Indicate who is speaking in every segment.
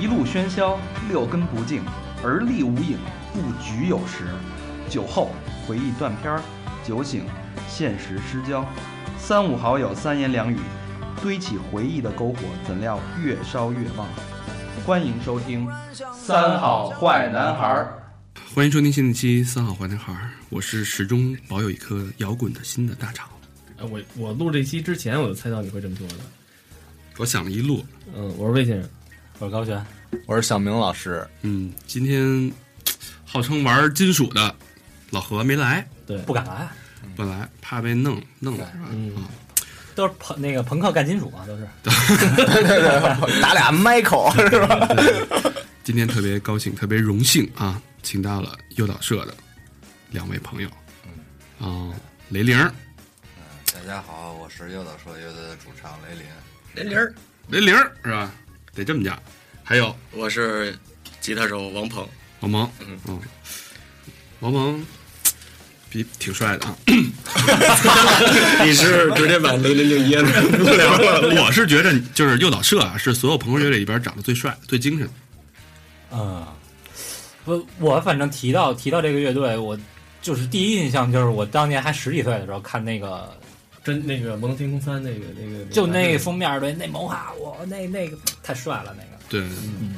Speaker 1: 一路喧嚣，六根不净，而立无影，不局有时。酒后回忆断片儿，酒醒现实失焦。三五好友三言两语，堆起回忆的篝火，怎料越烧越旺。欢迎收听《三好坏男孩儿》。
Speaker 2: 欢迎收听新一期《三好坏男孩》，我是始终保有一颗摇滚的心的大厂。
Speaker 3: 哎，我我录这期之前我就猜到你会这么说的。
Speaker 2: 我想了一路，
Speaker 3: 嗯，我说魏先生，
Speaker 4: 我是高璇，
Speaker 5: 我是小明老师，
Speaker 2: 嗯，今天号称玩金属的老何没来，
Speaker 3: 对，
Speaker 4: 不敢来，啊
Speaker 2: 本来怕被弄弄了，啊
Speaker 3: 嗯，
Speaker 4: 都是朋那个朋克干金属啊，都是。
Speaker 5: 打俩 Michael 是吧？
Speaker 2: 今天特别高兴，特别荣幸啊，请到了诱导社的两位朋友，啊，雷凌儿，
Speaker 6: 大家好，我是诱导社乐队的主唱雷林。
Speaker 2: 雷凌儿，雷凌儿是吧？得这么叫，还有
Speaker 7: 我是吉他手王鹏，
Speaker 2: 王蒙，嗯，王蒙比挺帅的啊。
Speaker 7: 你是直接把零零六噎的不聊 了。
Speaker 2: 我是觉得，就是诱导社啊，是所有朋友乐队里边长得最帅、最精神的。
Speaker 4: 嗯，我我反正提到提到这个乐队，我就是第一印象就是我当年还十几岁的时候看那个，
Speaker 3: 真那个《摩登天空三》那个那个，
Speaker 4: 就那封面对那毛发，我那那个太帅了那个。
Speaker 2: 对，
Speaker 7: 嗯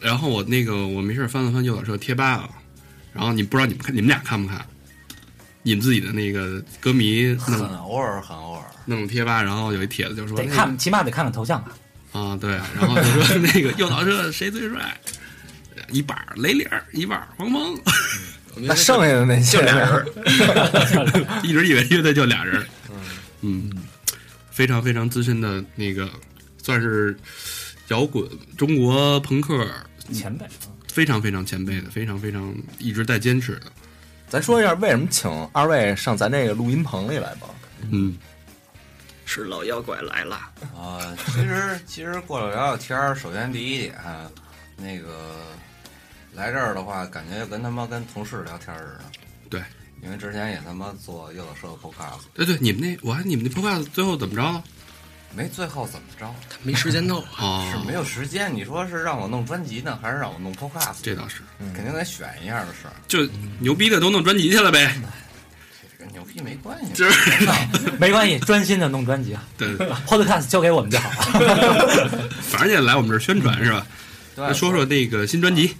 Speaker 2: 然后我那个我没事翻了翻诱导社贴吧啊，然后你不知道你们看你们俩看不看？你们自己的那个歌迷
Speaker 6: 很
Speaker 2: 弄
Speaker 6: 偶尔，很偶尔。
Speaker 2: 弄贴吧，然后有一帖子就说
Speaker 4: 得看，起码得看看头像吧。
Speaker 2: 那个啊，对，然后就说那个诱导社谁最帅？一半儿雷凌儿，一半儿王蒙，
Speaker 5: 那剩下的那些
Speaker 7: 就俩人儿，
Speaker 2: 一直以为乐队就俩人儿。嗯，非常非常资深的那个，算是摇滚中国朋克
Speaker 4: 前辈，
Speaker 2: 非常非常前辈的，非常非常一直在坚持的。
Speaker 5: 咱说一下为什么请二位上咱这个录音棚里来吧？
Speaker 2: 嗯，
Speaker 7: 是老妖怪来了。
Speaker 6: 啊、其实其实过了聊聊天儿，首先第一点，那个来这儿的话，感觉就跟他妈跟同事聊天儿似的。
Speaker 2: 对，
Speaker 6: 因为之前也他妈做诱导社 podcast，
Speaker 2: 对对，你们那我还你们那 podcast 最后怎么着了？
Speaker 6: 没最后怎么着，
Speaker 5: 哦
Speaker 7: 他没时间啊弄，
Speaker 6: 是
Speaker 2: 哦，
Speaker 6: 没有时间。你说是让我弄专辑呢，还是让我弄 podcast？
Speaker 2: 这倒是，
Speaker 6: 肯定得选一样的事儿，
Speaker 2: 就牛逼的都弄专辑去了呗。
Speaker 6: 这跟牛逼没关系。
Speaker 2: 就是
Speaker 7: 嗯
Speaker 4: 没关系，专心的弄专辑啊
Speaker 2: 对，对
Speaker 4: ，Podcast 交给我们就好了。
Speaker 2: 反正也来我们这儿宣传是吧？
Speaker 6: 对
Speaker 2: 那，说说那个新专辑，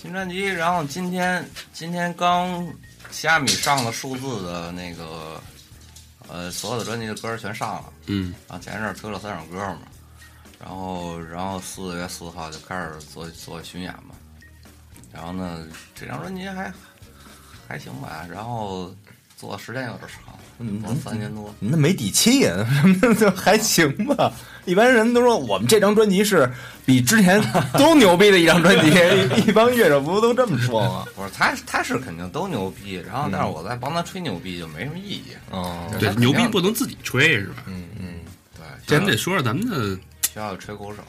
Speaker 6: 新专辑，然后今天今天刚虾米上了数字的那个，呃，所有的专辑的歌儿全上了。
Speaker 2: 嗯，
Speaker 6: 然后前一阵儿推了三首歌嘛，然后然后四月四号就开始做做巡演嘛，然后呢，这张专辑还还行吧，然后做时间有点长，
Speaker 5: 嗯
Speaker 6: 做三年多。
Speaker 5: 那没底气呀，什么就还行吧。一般人都说我们这张专辑是比之前都牛逼的一张专辑，一一帮乐手不都这么说吗？
Speaker 6: 不是他，他是肯定都牛逼，然后但是我在帮他吹牛逼就没什么意义。
Speaker 5: 哦，
Speaker 2: 对
Speaker 6: 他，肯定
Speaker 2: 牛逼不能自己吹是吧？
Speaker 5: 嗯嗯，
Speaker 6: 对，
Speaker 2: 咱们得说说咱们的，
Speaker 6: 需要有吹啊鼓手。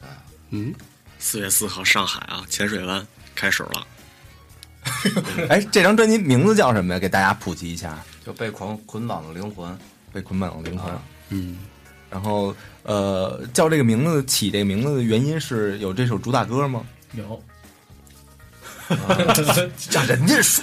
Speaker 6: 对，
Speaker 2: 嗯，
Speaker 7: 四月四号上海啊，浅水湾开始了。
Speaker 5: 哎，这张专辑名字叫什么呀？给大家普及一下，
Speaker 6: 就被捆捆绑的灵魂。
Speaker 5: 被捆绑的灵魂。
Speaker 6: 啊
Speaker 2: 嗯，
Speaker 5: 然后呃，叫这个名字起这个名字的原因是有这首主打 歌吗？
Speaker 3: 有
Speaker 5: 让人家说，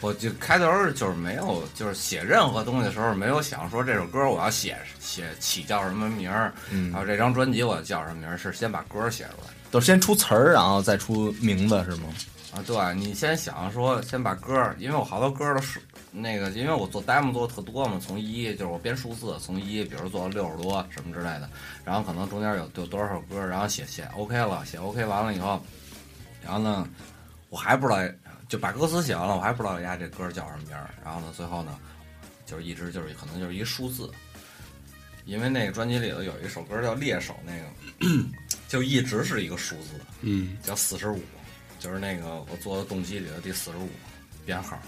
Speaker 6: 我就开头就是没有，就是写任何东西的时候没有想说这首歌我要写写起叫什么名儿，
Speaker 5: 嗯
Speaker 6: 还，有这张专辑我要叫什么名儿，是先把歌写出来
Speaker 5: 都先出词儿，然后再出名字是吗？
Speaker 6: 啊。对你先想说先把歌，因为我好多歌都是那个，因为我做 demo 做的特多嘛，从一就是我编数字，从一比如做到六十多什么之类的，然后可能中间有有多少首歌，然后写写 OK 了，写 OK 完了以后，然后呢，我还不知道就把歌词写完了，我还不知道呀这歌叫什么名儿。然后呢，最后呢，就是一直就是可能就是一数字，因为那个专辑里头有一首歌叫《猎手》，那个 就一直是一个数字，
Speaker 2: 嗯，
Speaker 6: 叫四十五，就是那个我做的动机里的第四十五编号。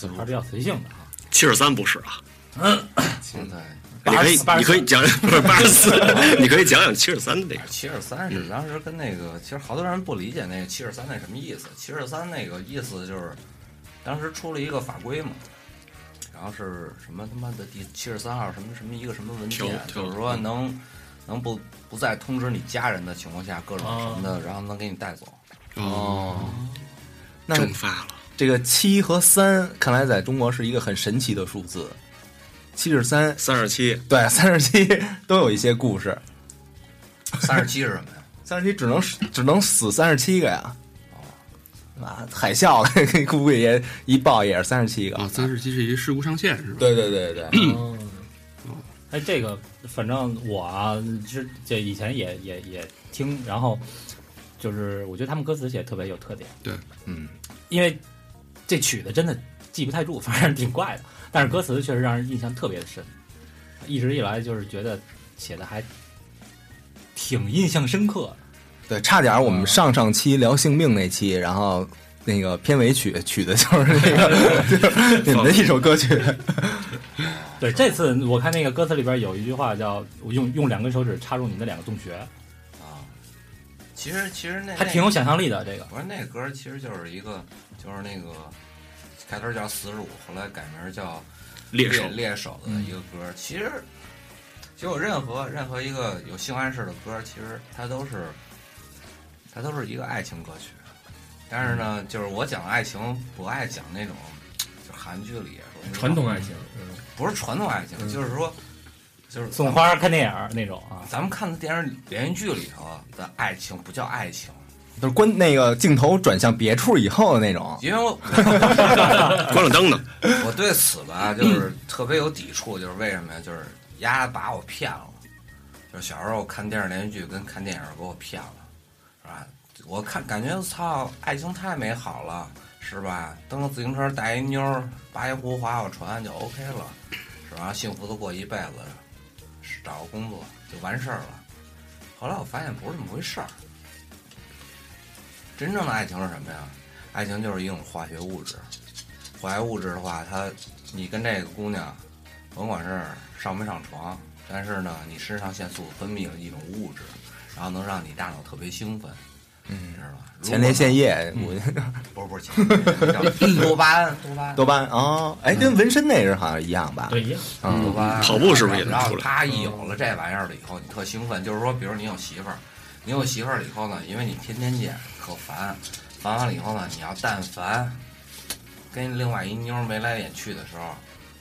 Speaker 4: 还是比较随性的啊。
Speaker 7: 七十三不是啊，
Speaker 6: 现在
Speaker 7: 你可以
Speaker 4: 八十
Speaker 7: 你可以讲不是八十四，你可以讲讲七十三的这个。
Speaker 6: 七十三是当时跟那个，其实好多人不理解那个七十三那什么意思。七十三那个意思就是，当时出了一个法规嘛，然后是什么他妈的第七十三号什么什么一个什么文
Speaker 2: 条
Speaker 6: 件，
Speaker 2: 条嗯
Speaker 6: 就是说能能不不在通知你家人的情况下，各种什么的，然后能给你带走。
Speaker 2: 哦，
Speaker 5: 那
Speaker 2: 蒸发了，
Speaker 5: 这个七和三，看来在中国是一个很神奇的数字。七十三，
Speaker 7: 三十七，
Speaker 5: 对， 三十七都有一些故事。
Speaker 6: 三十七是什么呀？哦
Speaker 5: 三十七只能只能死三十 七个呀！啊，海啸 估计也一爆也是三十七个。啊
Speaker 2: 哦，三十七是一事故上限是吧？
Speaker 5: 对对 对对，
Speaker 3: 哦
Speaker 4: 哎，这个反正我啊，这这以前也也也听，然后就是我觉得他们歌词写得特别有特点，
Speaker 5: 嗯，
Speaker 4: 因为这曲子真的记不太住，反正挺怪的，但是歌词确实让人印象特别深，一直以来就是觉得写的还挺印象深刻的。
Speaker 5: 对，差点
Speaker 6: 嗯
Speaker 5: 我们上上期聊性病那期，然后那个片尾曲 取的就是那个就是你们的一首 歌曲。
Speaker 4: 对，这次我看那个歌词里边有一句话叫“我用用两根手指插入你的两个洞穴
Speaker 6: 啊，其实其实那”，
Speaker 4: 还挺有想象力的。这个
Speaker 6: 我说那歌其实就是一个，就是那个开头叫《死辱》，后来改名叫
Speaker 2: 猎手
Speaker 6: 猎猎手的一个歌。其实，其实有任何任何一个有性暗示的歌，其实它都是它都是一个爱情歌曲。但是呢，就是我讲爱情，不爱讲那种就是韩剧里说那种
Speaker 3: 传统爱情，嗯
Speaker 6: 不是传统爱情，
Speaker 3: 嗯
Speaker 6: 就是说就是 啊
Speaker 4: 送花看电影儿那种啊，
Speaker 6: 咱们看的电视连续剧里头啊的爱情不叫爱情，
Speaker 5: 就是关那个镜头转向别处以后的那种。
Speaker 6: 因为我
Speaker 7: 关了灯呢。
Speaker 6: 我对此吧，就是特别有抵触，就是为什么呀？就是丫把我骗了，就是小时候看电视连续剧跟看电影给我骗了，是吧？我看感觉操，爱情太美好了，是吧？蹬个自行车带一妞儿，八一湖划划船就 OK 了，是吧？幸福的过一辈子，找个工作就完事儿了。后来我发现不是这么回事儿，真正的爱情是什么呀？爱情就是一种化学物质。化学物质的话，它你跟这个姑娘，甭管是上没上床，但是呢，你肾上腺素分泌了一种物质，然后能让你大脑特别兴奋，
Speaker 5: 嗯
Speaker 6: 知道吧？
Speaker 5: 前列腺液，我
Speaker 6: 不是不是前列腺 叫多巴胺，多巴胺，
Speaker 5: 多巴胺哦，哎，
Speaker 6: 嗯
Speaker 5: 跟纹身那是好像一样吧？
Speaker 3: 对，一样，
Speaker 5: 嗯
Speaker 6: 多巴胺。
Speaker 7: 跑步是不是也能
Speaker 6: 然后
Speaker 7: 出来嗯
Speaker 6: 他一有了这玩意儿了以后，你特兴奋，啊就是说，比如你有媳妇儿，你有媳妇儿了以后呢，因为你天天见，可烦，烦完了以后呢，你要但凡跟另外一妞儿眉来眼去的时候，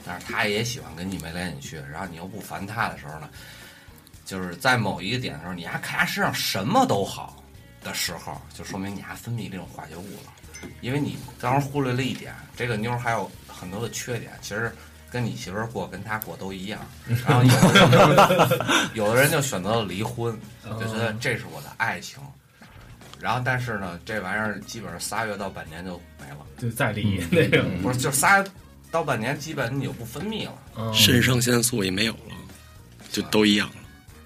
Speaker 6: 但是她也喜欢跟你眉来眼去，然后你又不烦她的时候呢，就是在某一个点的时候，你丫看她身上什么都好的时候，就说明你丫分泌这种化学物了，因为你当时忽略了一点，这个妞儿还有很多的缺点，其实。跟你媳妇儿过，跟她过都一样。然后有的人有的人就选择了离婚，就觉得这是我的爱情。然后，但是呢，这玩意儿基本上仨月到半年就没了。
Speaker 3: 就再理
Speaker 6: 嗯
Speaker 3: 那个，
Speaker 4: 嗯
Speaker 6: 不是，就仨到半年，基本你就不分泌了，
Speaker 3: 嗯
Speaker 7: 肾上腺素也没有了，就都一样了。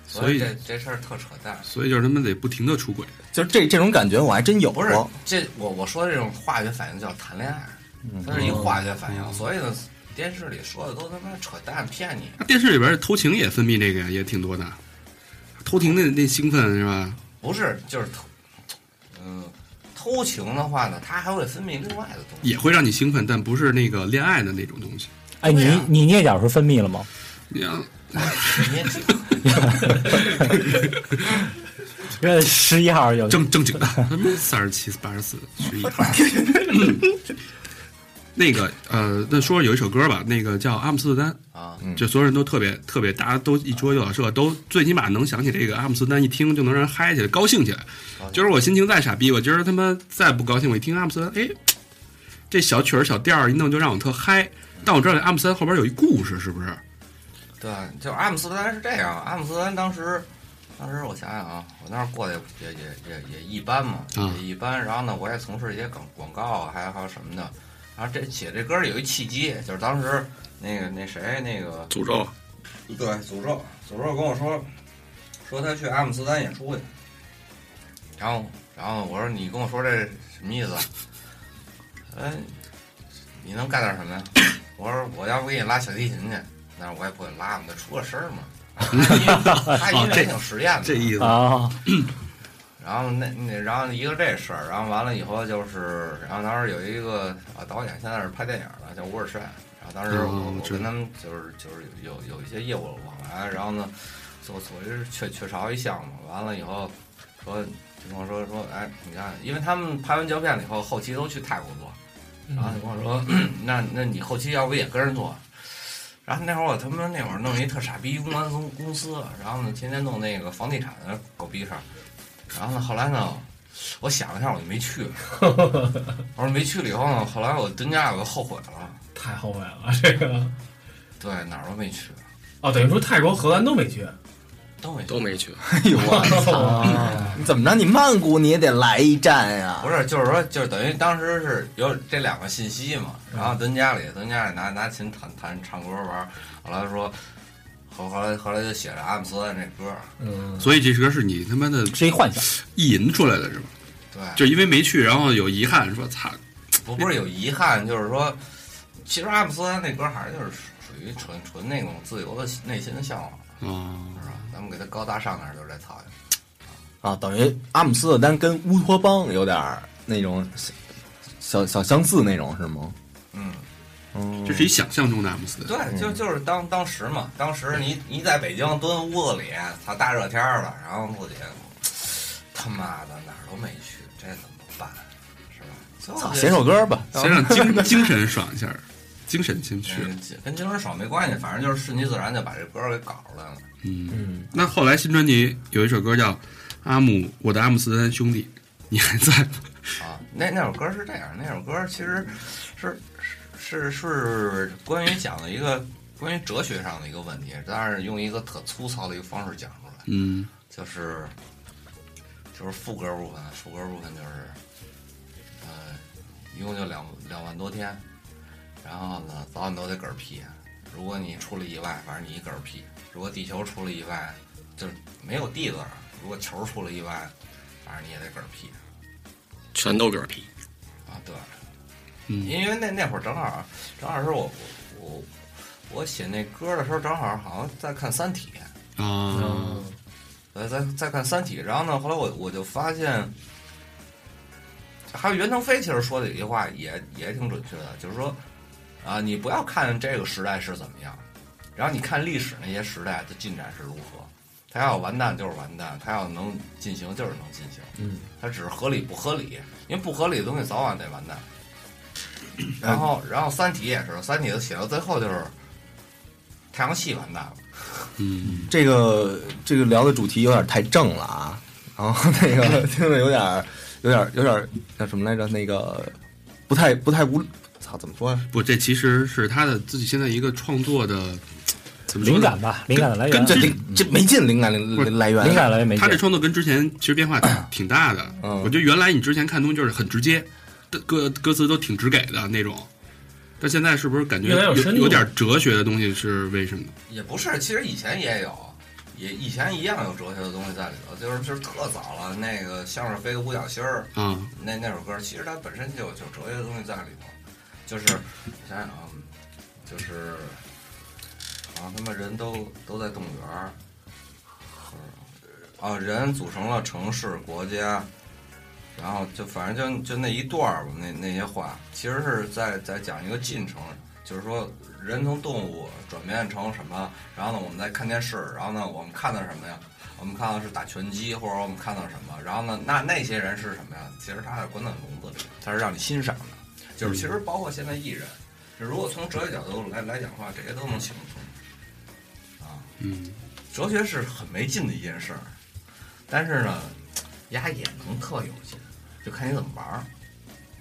Speaker 6: 所以
Speaker 2: 所以
Speaker 6: 这这事儿特扯淡。
Speaker 2: 所以就是他们得不停的出轨，
Speaker 5: 就是这这种感觉我还真有
Speaker 6: 不是
Speaker 5: 过。
Speaker 6: 这我我说的这种化学反应叫谈恋爱，它是一个化学反应，所以呢，电视里说的都他妈扯淡，骗你。
Speaker 2: 那电视里边偷情也分泌这个呀，也挺多的，偷情那那兴奋是吧？
Speaker 6: 不是，就是偷，嗯、偷情的话呢，它还会分泌另外的东西。
Speaker 2: 也会让你兴奋，但不是那个恋爱的那种东西。
Speaker 4: 哎，你你捏脚时候分泌了吗？
Speaker 2: 你像
Speaker 6: 你
Speaker 4: 这十一号有
Speaker 2: 正正经的，他们三十七、八十四、十一。嗯那个呃，那说有一首歌吧，那个叫《阿姆斯特丹
Speaker 6: 啊，》，
Speaker 2: 就所有人都特别特别，大家都一桌就老社，都最起码能想起这个阿姆斯特丹，一听就能让人嗨起来，高兴起来。今儿我心情再傻逼，我今儿他妈再不高兴，我一听阿姆斯特丹，哎，这小曲儿小调儿一弄就让我特嗨。但我知道阿姆斯特丹后边有一故事，是不是？
Speaker 6: 对，就是阿姆斯特丹是这样，阿姆斯特丹当时，当时我想想啊，我那儿过得也也也也也一般嘛，
Speaker 2: 啊
Speaker 6: 也一般。然后呢，我也从事一些广广告啊，还有还有什么的。然后这写这歌儿有一契机，就是当时那个那谁那个
Speaker 7: 诅咒
Speaker 6: 对，诅咒，诅咒跟我说，说他去阿姆斯特丹演出去，然后，然后我说你跟我说这什么意思啊？哎，你能干点什么呀？我说我要不给你拉小提琴去，但是我也不给拉嘛，就出个声儿嘛。啊他音乐挺实验的，
Speaker 2: 思
Speaker 4: 啊，
Speaker 6: 然后那那然后一个这事儿，然后完了以后就是，然后当时有一个啊导演，现在是拍电影了，叫乌尔善，然后当时我
Speaker 2: 嗯
Speaker 6: 我
Speaker 2: 知道
Speaker 6: 跟他们就是就是有有有一些业务往来，然后呢，所所谓是缺缺少一项目，完了以后说就跟我说说，哎，你看，因为他们拍完胶片了以后，后期都去泰国做，然后就跟我说，
Speaker 2: 嗯
Speaker 6: 那那你后期要不也跟着做？然后那会儿我他妈那会儿弄一特傻逼公关公公司，然后呢天天弄那个房地产的狗逼事儿，然后呢后来呢，我想了一下我就没去，我说没去了以后呢，后来我蹲家我就后悔了，
Speaker 3: 太后悔了，这个
Speaker 6: 对哪儿都没去，
Speaker 3: 哦，等于说泰国、荷兰都 没去，嗯
Speaker 6: 都没去
Speaker 7: 都。没去，
Speaker 5: 哎呦
Speaker 4: 嗯
Speaker 5: 我操！你怎么着？你曼谷你也得来一站啊呀
Speaker 6: 不！是，就是说，就是等于当时是有这两个信息嘛，然后蹲家里，蹲家里拿拿琴弹弹唱歌玩儿，后来说，后后来后来就写着阿姆斯特丹这歌儿，
Speaker 3: 嗯，
Speaker 2: 所以这歌是你他妈的
Speaker 4: 是一幻想。
Speaker 2: 意淫出来的是吧？
Speaker 6: 对，
Speaker 2: 就因为没去，然后有遗憾，说操，
Speaker 6: 不不是有遗憾，就是说，其实阿姆斯特丹那歌儿还是就是属于纯纯那种自由的内心的向往，
Speaker 2: 哦，
Speaker 6: 是吧？咱们给它高大上点儿，就是这苍蝇，
Speaker 5: 啊，等于阿姆斯特丹跟乌托邦有点儿那种小小小相似那种是吗？
Speaker 6: 嗯，
Speaker 5: 嗯，
Speaker 2: 这是一想象中的阿姆斯特丹。
Speaker 6: 对，就就是当当时嘛，当时你你在北京蹲屋子里，操大热天儿了，然后自己他妈的哪儿都没去，这怎么办？是吧？就
Speaker 5: 操
Speaker 6: 这
Speaker 5: 写首歌吧，
Speaker 2: 先让 精精神爽一下，精神先去。
Speaker 6: 这跟精神爽没关系，反正就是顺其自然就把这歌儿给搞出来了。
Speaker 2: 嗯，
Speaker 3: 嗯，
Speaker 2: 那后来新专辑有一首歌叫《阿姆我的阿姆斯特丹兄弟》，你还在吗？
Speaker 6: 啊，那那首歌是这样，那首歌其实是是是是关于讲的一个关于哲学上的一个问题，但是用一个特粗糙的一个方式讲出来。
Speaker 2: 嗯，
Speaker 6: 就是就是副歌部分，副歌部分就是，呃，一共就两两万多天，然后呢，早晚都得嗝屁。如果你出了意外，反正你一嗝屁；如果地球出了意外，就是没有地字儿；如果球出了意外，反正你也得嗝屁
Speaker 7: 全都嗝屁。
Speaker 6: 啊。对，
Speaker 2: 嗯
Speaker 6: 因为那那会儿正好正好是我我我我写那歌的时候，正好好像在看《三体》。
Speaker 2: 啊，
Speaker 6: 呃，再再看《三体》，然后呢，后来我我就发现，还有袁腾飞其实说的有句话也也挺准确的，就是说，啊、你不要看这个时代是怎么样，然后你看历史那些时代的进展是如何，它要完蛋就是完蛋，它要能进行就是能进行，
Speaker 3: 嗯，
Speaker 6: 它只是合理不合理，因为不合理的东西早晚得完蛋。然后，然后《三体》也是，《三体》写到最后就是太阳系完蛋了。
Speaker 2: 嗯，
Speaker 5: 这个这个聊的主题有点太正了啊，然后 那个听着有点儿有点儿有点儿叫什么来着？那个不太不太无，操，怎么说呀、啊
Speaker 2: 不，这其实是他的自己现在一个创作的怎么说
Speaker 4: 灵
Speaker 2: 呢？
Speaker 4: 感吧，灵感的来源
Speaker 2: 跟，
Speaker 5: 这灵这没劲，灵感
Speaker 2: 不是
Speaker 5: 灵来源。
Speaker 4: 嗯灵感来源没
Speaker 2: 他这
Speaker 4: 见。
Speaker 2: 创作跟之前其实变化挺挺大的。
Speaker 5: 嗯
Speaker 2: 我觉得原来你之前看东西就是很直接，的歌歌词都挺直给的那种，但现在是不是感觉
Speaker 3: 越来越
Speaker 2: 有
Speaker 3: 有深度
Speaker 2: 有点哲学的东西是为什么？
Speaker 6: 也不是，其实以前也有，也以前一样有哲学的东西在里头，就是就是特早了，那个向日飞的五角星儿
Speaker 2: 啊，
Speaker 6: 那那首歌，其实它本身就有就有哲学的东西在里头，就是我想想啊，就是好像他们人都都在动物园儿，呃啊，人组成了城市、国家，然后就反正就就那一段儿吧，那那些话其实是在在讲一个进程，就是说人从动物转变成什么，然后呢我们在看电视，然后呢我们看到什么呀？我们看到是打拳击，或者我们看到什么，然后呢那那些人是什么呀？其实他是关在笼子里，他是让你欣赏的，就是其实包括现在艺人，如果从哲学角度来来讲的话，这些都能行得通。
Speaker 2: 嗯，
Speaker 6: 哲学是很没劲的一件事儿，但是呢，丫也能特有劲，就看你怎么玩儿。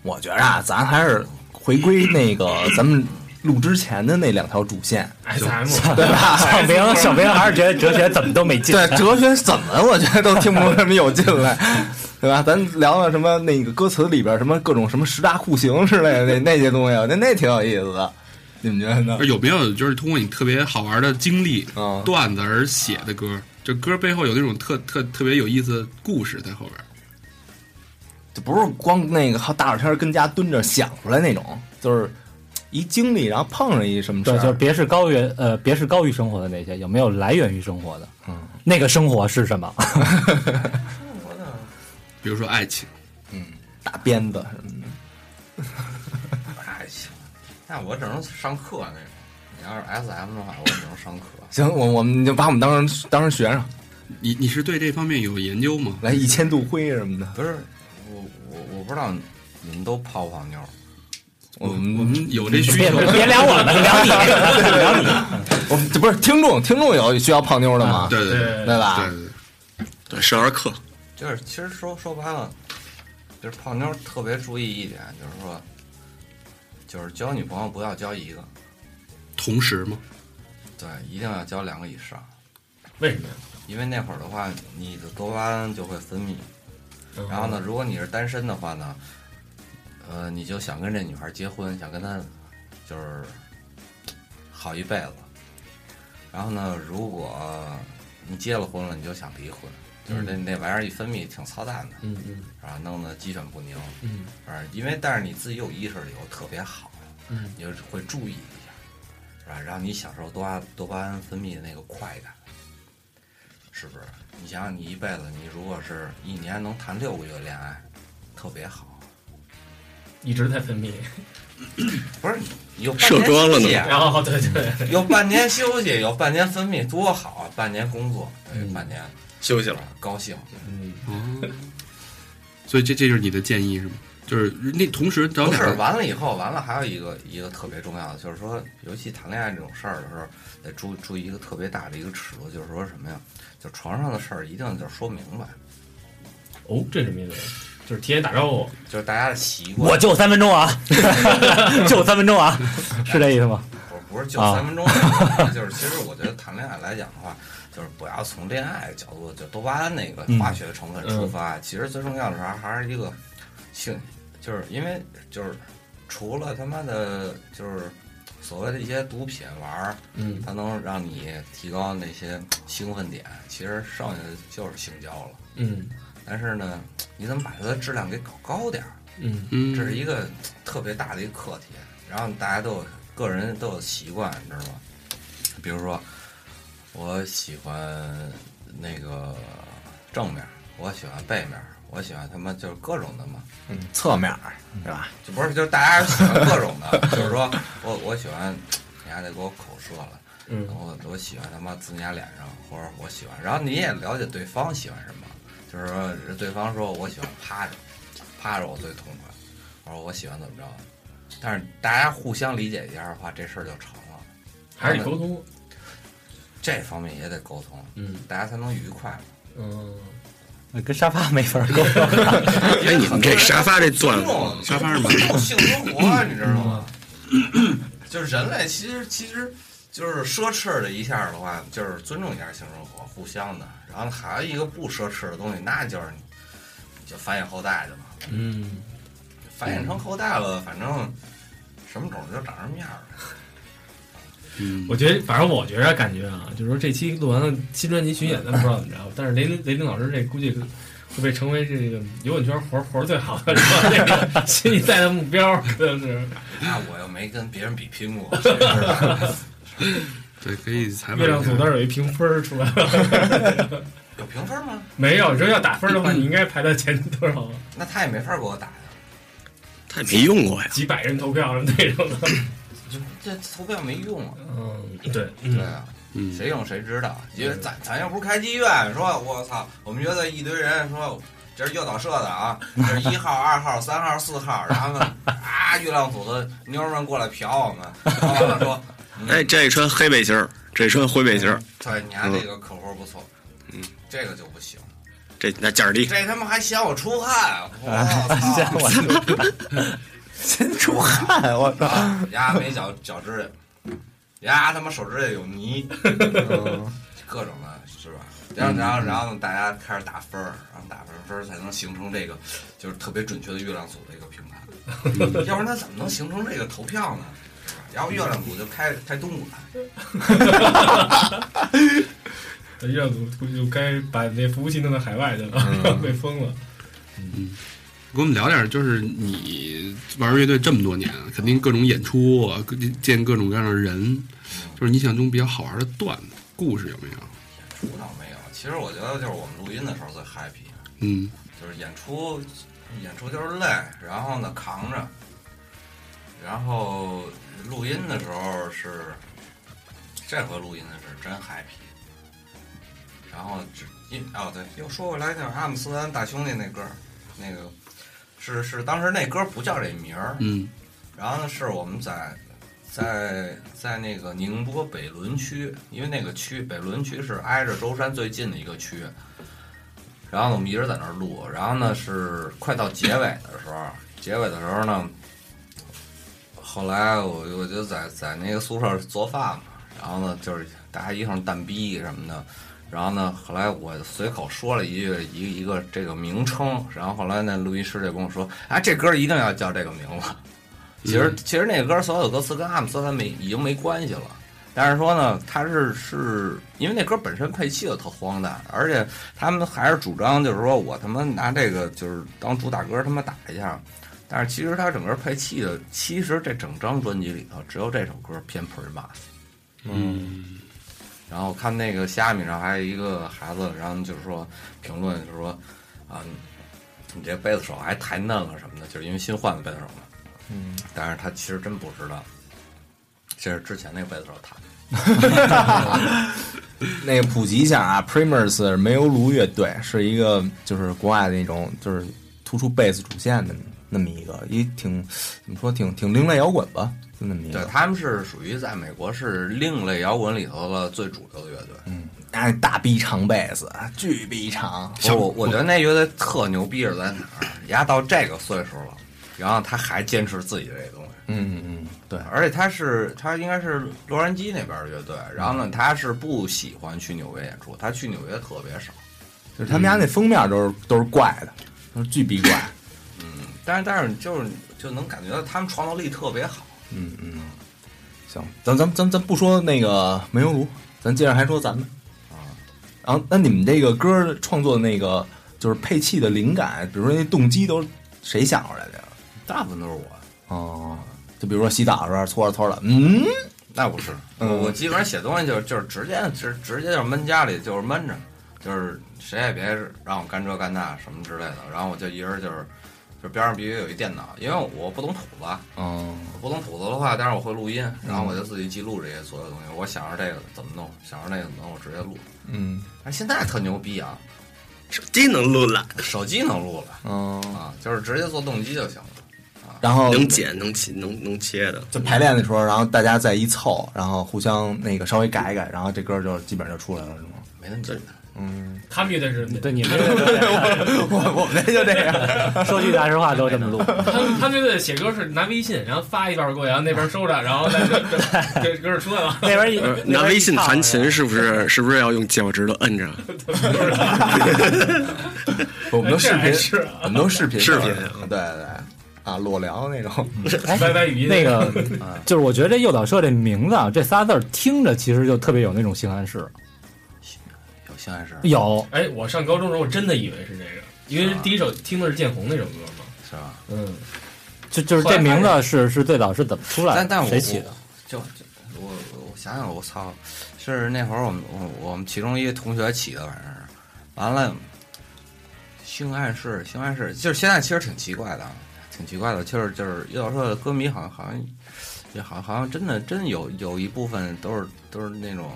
Speaker 5: 我觉着啊，咱还是回归 那个咱们录之前的那两条主线，
Speaker 3: ，S M
Speaker 5: 对吧？
Speaker 4: 小明，小明还是觉得哲学怎么都没劲。
Speaker 5: 对，哲学怎么我觉得都听不出什么有劲来， 对吧？咱聊聊什么那个歌词里边什么各种什么十大酷刑之类的那那些东西，那那挺有意思的，你们觉得呢
Speaker 4: 哎
Speaker 2: 那？有没有就是通过你特别好玩的经历、
Speaker 5: 嗯
Speaker 2: 段子而写的歌？这歌背后有那种特特特别有意思的故事在后边儿。
Speaker 5: 就不是光那个大热天跟家蹲着想出来那种，就是一经历，然后碰上一什么事
Speaker 4: 对，就是
Speaker 5: 儿，
Speaker 4: 别是高原，呃，别是高于生活的那些，有没有来源于生活的？嗯，那个生活是什么？
Speaker 6: 我呢，
Speaker 2: 比如说爱情，
Speaker 5: 大鞭子什么的。
Speaker 6: 哎行，那我只能上课那种。你要是 S M 的话，我只能上课。
Speaker 5: 行，我我们就把我们当成当成学生，
Speaker 2: 你你是对这方面有研究吗？
Speaker 5: 来一千度灰什么的。
Speaker 6: 不是，我我我不知道你们都泡不泡妞。
Speaker 5: 我
Speaker 2: 我
Speaker 5: 们
Speaker 2: 们有这 需
Speaker 4: 别
Speaker 2: 求，
Speaker 4: 别聊我们，聊你。
Speaker 5: 我们不是听众，听众有需要泡妞的
Speaker 2: 啊
Speaker 5: 吗？
Speaker 2: 对对对
Speaker 3: 对，
Speaker 5: 对吧？
Speaker 2: 对，
Speaker 7: 对，上点课，
Speaker 6: 就是其实说说白了，就是泡妞特别注意一点，就是说，就是交女朋友不要交一个，
Speaker 2: 同时吗？
Speaker 6: 对，一定要交两个以上，
Speaker 3: 为什么呀？
Speaker 6: 因为那会儿的话，你的多巴胺就会分泌。
Speaker 3: 嗯
Speaker 6: 然后呢，？如果你是单身的话呢，呃，你就想跟这女孩结婚，想跟她就是好一辈子。然后呢，如果你结了婚了，你就想离婚，就是那、那玩意儿一分泌挺操蛋的，
Speaker 3: 嗯嗯
Speaker 6: 然后弄得鸡犬不宁。
Speaker 3: 嗯
Speaker 6: 啊，因为但是你自己有意识以后特别好，
Speaker 3: 嗯，
Speaker 6: 你就会注意一下，是吧？让你享受多巴多巴胺分泌的那个快感，是不是？你想想，你一辈子，你如果是一年能谈六个月恋爱，特别好。
Speaker 3: 一直在分泌，
Speaker 6: 不是有半
Speaker 7: 射
Speaker 6: 年
Speaker 7: 光了
Speaker 6: 休息
Speaker 7: 呢
Speaker 6: 啊
Speaker 3: 然后哦对对，
Speaker 6: 有半年休息，有半年分泌，多好啊！半年工作，对
Speaker 3: 嗯
Speaker 6: 半年
Speaker 7: 休息
Speaker 6: 是
Speaker 7: 了
Speaker 6: 吧。？高兴，
Speaker 3: 嗯，
Speaker 2: 哦，所以这这就是你的建议是吗？就是那同时找
Speaker 6: 不
Speaker 2: 两
Speaker 6: 是
Speaker 2: 个
Speaker 6: 完了以后，完了还有一个一个特别重要的，就是说，尤其谈恋爱这种事儿的时候，得注注意一个特别大的一个尺度，就是说什么呀？就床上的事儿一定就是说明白，
Speaker 3: 哦，这什么意思？就是提前打招呼，
Speaker 6: 就是大家的习 惯。
Speaker 4: 我就三分钟啊， 就三分钟啊，是这意思吗？
Speaker 6: 不是不是就
Speaker 4: 啊
Speaker 6: 三分钟那种， 就是其实我觉得谈恋爱来讲的话，就是不要从恋爱角度，就多巴胺那个
Speaker 4: 嗯
Speaker 6: 化学成分出发。其实最重要的是还还是一个性，就是因为就是除了他妈的，就是所谓的一些毒品玩儿，
Speaker 3: 嗯，
Speaker 6: 它能让你提高那些兴奋点，其实剩下的就是性交了。
Speaker 3: 嗯
Speaker 6: 但是呢，你怎么把它的质量给搞高点儿？
Speaker 3: 嗯
Speaker 2: 嗯，
Speaker 6: 这是一个特别大的一个课题。然后大家都有个人都有习惯，你知道吗？比如说，我喜欢那个正面，我喜欢背面，我喜欢他妈就是各种的嘛，
Speaker 5: 嗯，侧面是吧？
Speaker 6: 就不是就是大家喜欢各种的，就是说我我喜欢，你还得给我口舌了。
Speaker 3: 嗯
Speaker 6: 我我喜欢他妈自己家脸上，或者我喜欢，然后你也了解对方喜欢什么，就是说对方说我喜欢趴着，趴着我最痛快，我说我喜欢怎么着，但是大家互相理解一下的话，这事儿就成了，
Speaker 3: 还是得沟通，
Speaker 6: 这方面也得沟通，
Speaker 3: 嗯
Speaker 6: 大家才能愉快嘛。
Speaker 3: 嗯，
Speaker 4: 呃跟沙发没法沟通。啊
Speaker 7: 哎，你们这沙发这钻
Speaker 6: 尊重
Speaker 2: 沙发是吗
Speaker 6: 尊重性生活，啊你知道吗？就是人类其实其实就是奢侈的一下的话，就是尊重一下性生活，互相的。然后还有一个不奢侈的东西，那就是你就繁衍后代去吧，
Speaker 3: 嗯，
Speaker 6: 繁衍成后代了，反正什么种就长什么样儿。
Speaker 2: 嗯
Speaker 3: 我觉得，反正我觉着感觉啊，就是说这期录完了新专辑巡演，咱不知道怎么着，但 是雷雷丁老师这估计会被成为这个游泳圈活儿活儿最好的这 个新一代的目标，可能是
Speaker 6: 那我又没跟别人比拼过，是吧
Speaker 2: 对，可以采访
Speaker 3: 月亮
Speaker 2: 一
Speaker 3: 组
Speaker 2: 下
Speaker 3: 那儿有一评分儿出来了，
Speaker 6: 有评分吗？
Speaker 3: 没有？你说要打分儿的话，你应该排到前多少？
Speaker 6: 那他也没法给我打呀。
Speaker 7: 他也没用过呀。
Speaker 3: 几百人投票什么那种的。
Speaker 6: 就这投票没用啊！
Speaker 3: 嗯，对，
Speaker 6: 对
Speaker 3: 嗯
Speaker 6: 啊，
Speaker 2: 嗯，
Speaker 6: 谁用谁知道，因为咱咱又不是开妓院，说我操，我们乐队一堆人说这是诱导社的啊，这是一号、二号、三号、四号，然后呢啊，月亮组的妞儿们过来嫖我们，然后呢说，嗯
Speaker 7: 哎，，这穿黑背心儿，这穿灰背心儿，
Speaker 6: 对，你看这个口活不错，
Speaker 7: 嗯，
Speaker 6: 这个就不行，
Speaker 7: 这那价儿低。
Speaker 6: 这他妈还嫌我出汗，我操，
Speaker 5: 真出汗，我操！
Speaker 6: 啊丫没脚脚指甲，丫他妈手指甲有泥， 各种的，是吧？然后，然后，然后大家开始打分儿，然后打分儿分儿才能形成这个，就是特别准确的月亮组的一个评判， 要不然它怎么能形成这个投票呢？是吧？然后月亮组就开开东莞，
Speaker 3: 月亮组估计就该把那服务器弄到海外去了， 被封了。
Speaker 2: 跟我们聊点，就是你玩乐队这么多年，肯定各种演出，啊各见各种各样的人，就是你想中比较好玩的段子、故事有没有？
Speaker 6: 出倒没有。其实我觉得就是我们录音的时候最 happy，啊
Speaker 2: 嗯，
Speaker 6: 就是演出，演出就是累，然后呢扛着，然后录音的时候是，这回录音的是真 happy。然后只因哦对，又说回来那阿姆斯特丹大兄弟那歌儿，那个是是当时那歌儿不叫这名儿，
Speaker 2: 嗯，
Speaker 6: 然后呢是我们在在在那个宁波北仑区，因为那个区北仑区是挨着舟山最近的一个区。然后呢，我们一直在那儿录，然后呢是快到结尾的时候，结尾的时候呢，后来我我就在在那个宿舍做饭嘛，然后呢就是大家一上蛋逼什么的，然后呢后来我随口说了一句一个一个这个名称，然后后来那录音师就跟我说，哎，这歌一定要叫这个名字。其实其实那个歌所有的歌词跟阿姆斯特丹没已经没关系了，但是说呢，它是是因为那歌本身配器就特荒诞，而且他们还是主张就是说我他妈拿这个就是当主打歌他妈打一下，但是其实它整个配器的，其实这整张专辑里头只有这首歌偏 p r i m a
Speaker 2: 嗯，
Speaker 6: 然后看那个虾米上还有一个孩子，然后就是说评论就是说啊，你这贝斯手还太嫩了什么的，就是因为新换的贝斯手嘛。
Speaker 5: 嗯，
Speaker 6: 但是他其实真不知道，这是之前那个贝斯手弹的。
Speaker 5: 那个普及一下啊，Primus 煤油炉乐队是一个就是国外的那种就是突出贝斯主线的那么一个，也挺怎么说挺挺另类摇滚吧，就那么一
Speaker 6: 对，
Speaker 5: 个。
Speaker 6: 他们是属于在美国是另类摇滚里头的最主流的乐队。
Speaker 5: 哎，大逼长贝斯，巨逼长，
Speaker 6: 我我我觉得那乐队特牛逼是在哪儿？丫到这个岁数了，然后他还坚持自己这东西。
Speaker 5: 嗯嗯，对，
Speaker 6: 而且他是他应该是洛杉矶那边的乐队，然后
Speaker 5: 嗯
Speaker 6: 呢，他是不喜欢去纽约演出，他去纽约特别少。
Speaker 5: 就是他们家那封面都是都是怪的，都是巨逼怪。
Speaker 6: 但是但是就是就能感觉到他们创造力特别好。
Speaker 5: 嗯嗯，行，咱咱咱咱不说那个煤油炉，咱接着还说咱们啊。然后，那你们这个歌创作的那个就是配器的灵感，比如说那动机都是谁想出来的呀？
Speaker 6: 大部分都是我，
Speaker 5: 哦，就比如说洗澡的时候搓着搓着，嗯，
Speaker 6: 那不是，我
Speaker 5: 嗯
Speaker 6: 我基本上写东西就是就是直接直直接就是闷家里就是闷着，就是谁也别让我干这干那什么之类的，然后我就一人就是就边上必须有一电脑，因为我不懂谱子，
Speaker 5: 哦，
Speaker 6: 我不懂谱子的话，但是我会录音，然后我就自己记录这些所有东西，我想着这个怎么弄，想着那个怎么弄，我直接录。
Speaker 5: 嗯，
Speaker 6: 但是现在特牛逼啊，
Speaker 7: 手机能录了，
Speaker 6: 手机能录了
Speaker 5: 哦，
Speaker 6: 啊，就是直接做动机就行了。
Speaker 5: 然后
Speaker 7: 能剪能切能能切的，
Speaker 5: 就排练的时候，然后大家再一凑，然后互相那个稍微改一改，然后这歌就基本上就出来了，是吗？
Speaker 6: 没那么简单，
Speaker 5: 嗯，
Speaker 3: 他们乐队是，
Speaker 4: 对你们这个
Speaker 5: 我我们这就这样，
Speaker 4: 说句大实话都这么 录，
Speaker 3: 他们他们乐队写歌是拿微信，然后发一半过去，然后那边收着，然后再这这这歌就出来 了。
Speaker 4: 那边一啊
Speaker 7: 呃拿微信弹琴，是不是是不是要用脚趾头摁着？
Speaker 5: 我们都视
Speaker 3: 这还
Speaker 5: 频，
Speaker 3: 是
Speaker 5: 我们都视频，
Speaker 7: 视频
Speaker 5: 对对对，啊，裸聊那种，
Speaker 4: 哎
Speaker 3: 拜拜语音
Speaker 4: 那 个啊就是我觉得这诱导社这名字啊，这仨字儿听着其实就特别有那种性暗示，
Speaker 6: 有性暗示
Speaker 4: 有
Speaker 3: 哎，我上高中的时候我真的以为是这个，因为第一首听的是建宏那首歌嘛。
Speaker 6: 是吧？
Speaker 3: 嗯，
Speaker 4: 就就是这名字是是最早是怎么出来的？
Speaker 6: 但但我
Speaker 4: 谁起的？
Speaker 6: 我就就我我想想，我操，是那会儿我们我我们其中一个同学起的，反正是，完了，性暗示，性暗示，就是现在其实挺奇怪的啊，挺奇怪的，就是就是叶老师的歌迷好像好像也好好像真的真有有一部分都是都是那种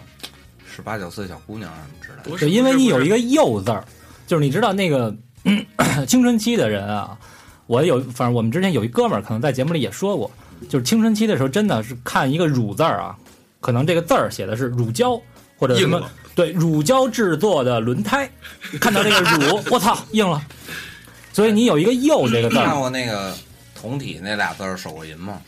Speaker 6: 十八九岁小姑娘什么之类的，
Speaker 2: 不是
Speaker 4: 对，因为你有一
Speaker 2: 个
Speaker 4: 个“幼”字儿，就是你知道那个 嗯青春期的人啊，我有，反正我们之前有一哥们儿，可能在节目里也说过，就是青春期的时候，真的是看一个“乳”字儿啊，可能这个字儿写的是乳胶或者什
Speaker 7: 硬
Speaker 4: 么
Speaker 7: 了，
Speaker 4: 对，乳胶制作的轮胎，看到这个乳，我操，硬了。所以你有一个“幼”这个字
Speaker 6: 看
Speaker 4: 儿，
Speaker 6: 过那个同体那俩字儿手过淫吗？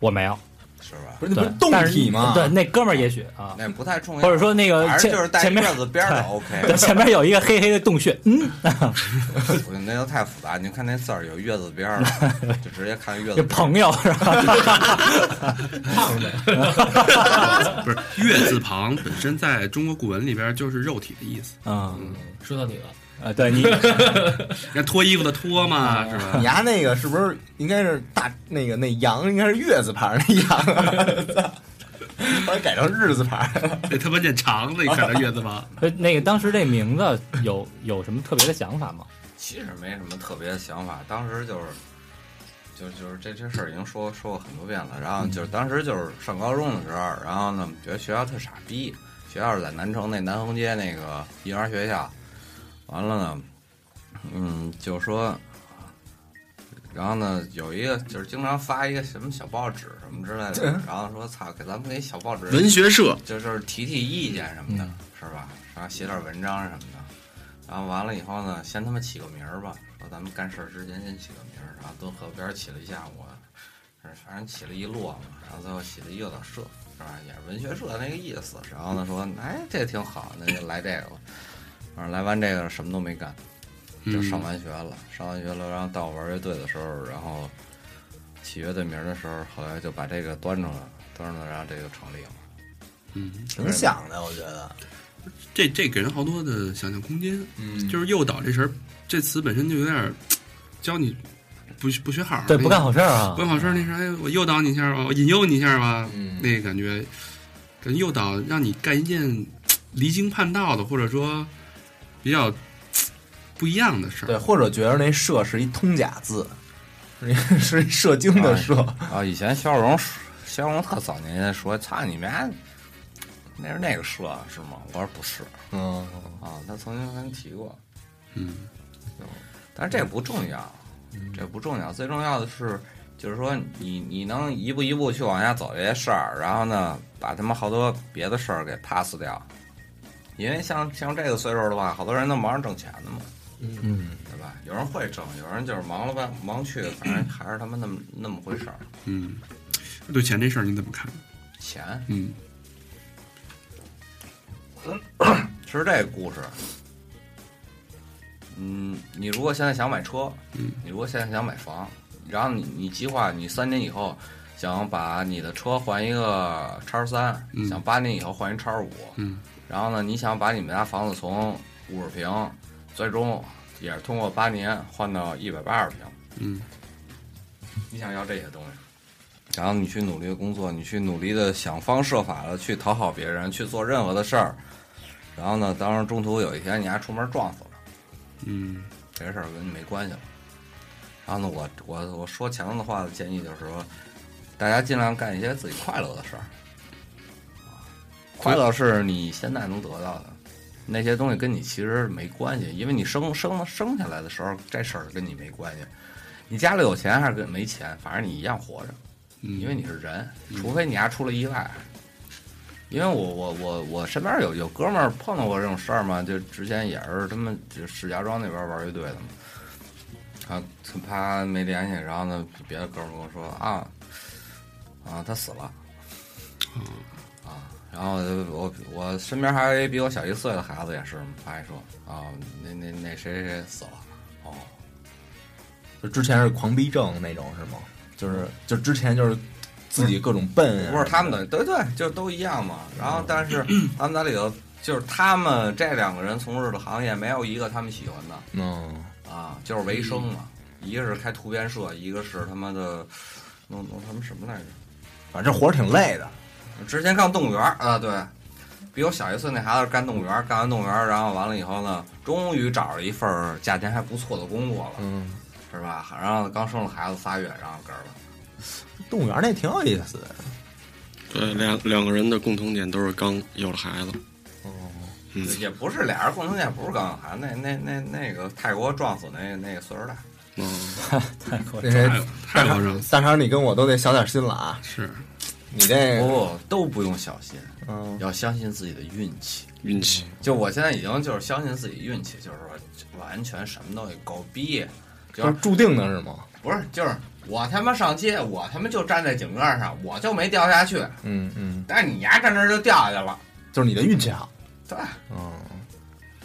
Speaker 4: 我没有，
Speaker 6: 是吧？
Speaker 5: 不是那
Speaker 4: 对
Speaker 5: 不是，动
Speaker 4: 但是
Speaker 5: 体吗？
Speaker 4: 对，那哥们儿也许 啊，
Speaker 6: 那不太重要，
Speaker 4: 或者说那个
Speaker 6: 反正
Speaker 4: 前
Speaker 6: 就是带
Speaker 4: 前面
Speaker 6: 月子边儿的 OK，
Speaker 4: 对，前面有一个黑黑的洞穴，嗯，
Speaker 6: 我觉得那都太复杂，你看那字儿有月字边儿了，就直接看 月字
Speaker 4: 这
Speaker 6: 边儿。
Speaker 4: 朋友是吧？
Speaker 2: 不是月字旁本身在中国古文里边就是肉体的意思，
Speaker 4: 嗯，
Speaker 3: 说到你了，
Speaker 4: 啊，对你
Speaker 2: 你看脱衣服的脱嘛，是吧
Speaker 5: 你？家那个是不是应该是大那个那羊应该是月字旁那羊啊？ 后来改成日字旁，
Speaker 2: 那他妈念肠子，你看这月字旁，
Speaker 4: 呃，那个当时这名字有有什么特别的想法吗？
Speaker 6: 其实没什么特别的想法，当时就是就是就是这这事儿已经说说过很多遍了。然后就是当时就是上高中的时候，然后呢觉得学校特傻逼，学校是在南城那南横街那个婴儿学校，完了呢，嗯，就说，然后呢有一个就是经常发一个什么小报纸什么之类的，然后说操给咱们给小报纸
Speaker 7: 文学社
Speaker 6: 就是提提意见什么的，是吧？然后写点文章什么的，嗯然后完了以后呢，先他妈起个名儿吧，说咱们干事儿之前先起个名儿，然后蹲河边儿起了一下午，反正起了一摞嘛，然后最后起了一诱导社，是吧？也是文学社那个意思。然后呢说，哎，这挺好，那就来这个吧。反正来完这个什么都没干，就上完学了，上完学了，然后到我玩乐队的时候，然后起乐队名儿的时候，后来就把这个端出来了，端出来，然后这就成立了。
Speaker 2: 嗯，
Speaker 5: 挺想的，我觉得。
Speaker 2: 这这给人好多的想象空间。
Speaker 5: 嗯
Speaker 2: 就是诱导这词儿，这词本身就有点儿教你不不学好儿，
Speaker 4: 对，
Speaker 2: 那
Speaker 4: 不干好事儿啊
Speaker 2: 不，干好事儿那啥，哎我诱导你一下吧，我引诱你一下吧，
Speaker 5: 嗯
Speaker 2: 那个感觉，感觉诱导让你干一件离经叛道的，或者说比较不一样的事
Speaker 5: 对，
Speaker 2: 儿。
Speaker 5: 或者觉得那“社”是一通假字，是一是一射精的“射
Speaker 6: 啊，以前肖荣说，肖荣特早年间说：“操你妈，那是那个社是吗？”我说不是”。
Speaker 5: 嗯，
Speaker 6: 啊，他曾经跟提过，
Speaker 2: 嗯，
Speaker 6: 但是这不重要，
Speaker 5: 嗯
Speaker 6: 这不重要，最重要的是，就是说你你能一步一步去往下走这些事儿，然后呢，把他妈好多别的事儿给 pass 掉，因为像像这个岁数的话，好多人都忙着挣钱呢嘛。
Speaker 5: 嗯，
Speaker 6: 对吧？有人会挣，有人就是忙了半忙去，反正还是他妈那么那么回事儿。
Speaker 2: 嗯，对钱这事儿你怎么看？
Speaker 6: 钱
Speaker 2: 嗯，
Speaker 6: 是这个故事。嗯，你如果现在想买车，
Speaker 2: 嗯
Speaker 6: 你如果现在想买房，然后你你计划你三年以后想把你的车换一个叉三、
Speaker 2: 嗯
Speaker 6: 想八年以后换一叉五，
Speaker 2: 嗯，
Speaker 6: 然后呢，你想把你们家房子从五十平，最终也是通过八年换到一百八十平，
Speaker 2: 嗯，
Speaker 6: 你想要这些东西。然后你去努力的工作，你去努力的想方设法的去讨好别人，去做任何的事儿，然后呢，当然中途有一天你还出门撞死了，
Speaker 2: 嗯，
Speaker 6: 这事儿跟你没关系了。然后呢，我我我说强的话的建议就是说，大家尽量干一些自己快乐的事儿，快乐是你现在能得到的，那些东西跟你其实没关系，因为你生生生下来的时候这事儿跟你没关系，你家里有钱还是跟没钱，反正你一样活着。
Speaker 2: 嗯
Speaker 6: 因为你是人，除非你丫出了意外。因为我我我我身边有有哥们儿碰到过这种事儿嘛，就之前也是他们就石家庄那边玩乐队的嘛，啊，他他没联系，然后呢，别的哥们儿跟我说啊啊，他死了，啊，然后我我身边还有一比我小一岁的孩子也是，他还说啊，那那那谁谁谁死了，哦，
Speaker 5: 就之前是狂逼症那种是吗？就是就之前就是自己各种笨啊，
Speaker 6: 不是他们的，对对，就都一样嘛。然后，但是他们在里头，就是他们这两个人从事的行业，没有一个他们喜欢的
Speaker 5: 嗯，
Speaker 6: 啊，就是为生嘛。一个是开图片社，一个是他妈的弄弄他们什么来着？
Speaker 5: 反正活儿挺累的。
Speaker 6: 之前干动物园儿啊，对，比我小一岁那孩子干动物园儿，干完动物园儿，然后完了以后呢，终于找了一份儿价钱还不错的工作了，
Speaker 5: 嗯，
Speaker 6: 是吧？然后刚生了孩子仨月，然后嗝了。
Speaker 5: 动物园那挺有意思的。
Speaker 7: 对，两两个人的共同点都是刚有了孩子。嗯，
Speaker 6: 也不是俩人共同点，不是刚喊那那那那个泰国撞死那那个岁数大，
Speaker 7: 哦，
Speaker 5: 那谁
Speaker 2: 太有太夸张了，
Speaker 5: 大肠，你跟我都得小点心了啊！
Speaker 2: 是
Speaker 5: 你这
Speaker 6: 不、都不用小心，
Speaker 5: 嗯，
Speaker 6: 要相信自己的运气。
Speaker 7: 运气，
Speaker 6: 就我现在已经就是相信自己运气，就是说完全什么东西狗逼，就
Speaker 5: 就是是注定的是吗？
Speaker 6: 不是就是我他妈上街，我他妈就站在井盖上，我就没掉下去，
Speaker 5: 嗯嗯，
Speaker 6: 但是你丫站这儿就掉下去了，
Speaker 5: 就是你的运气好。
Speaker 6: 对，
Speaker 5: 嗯，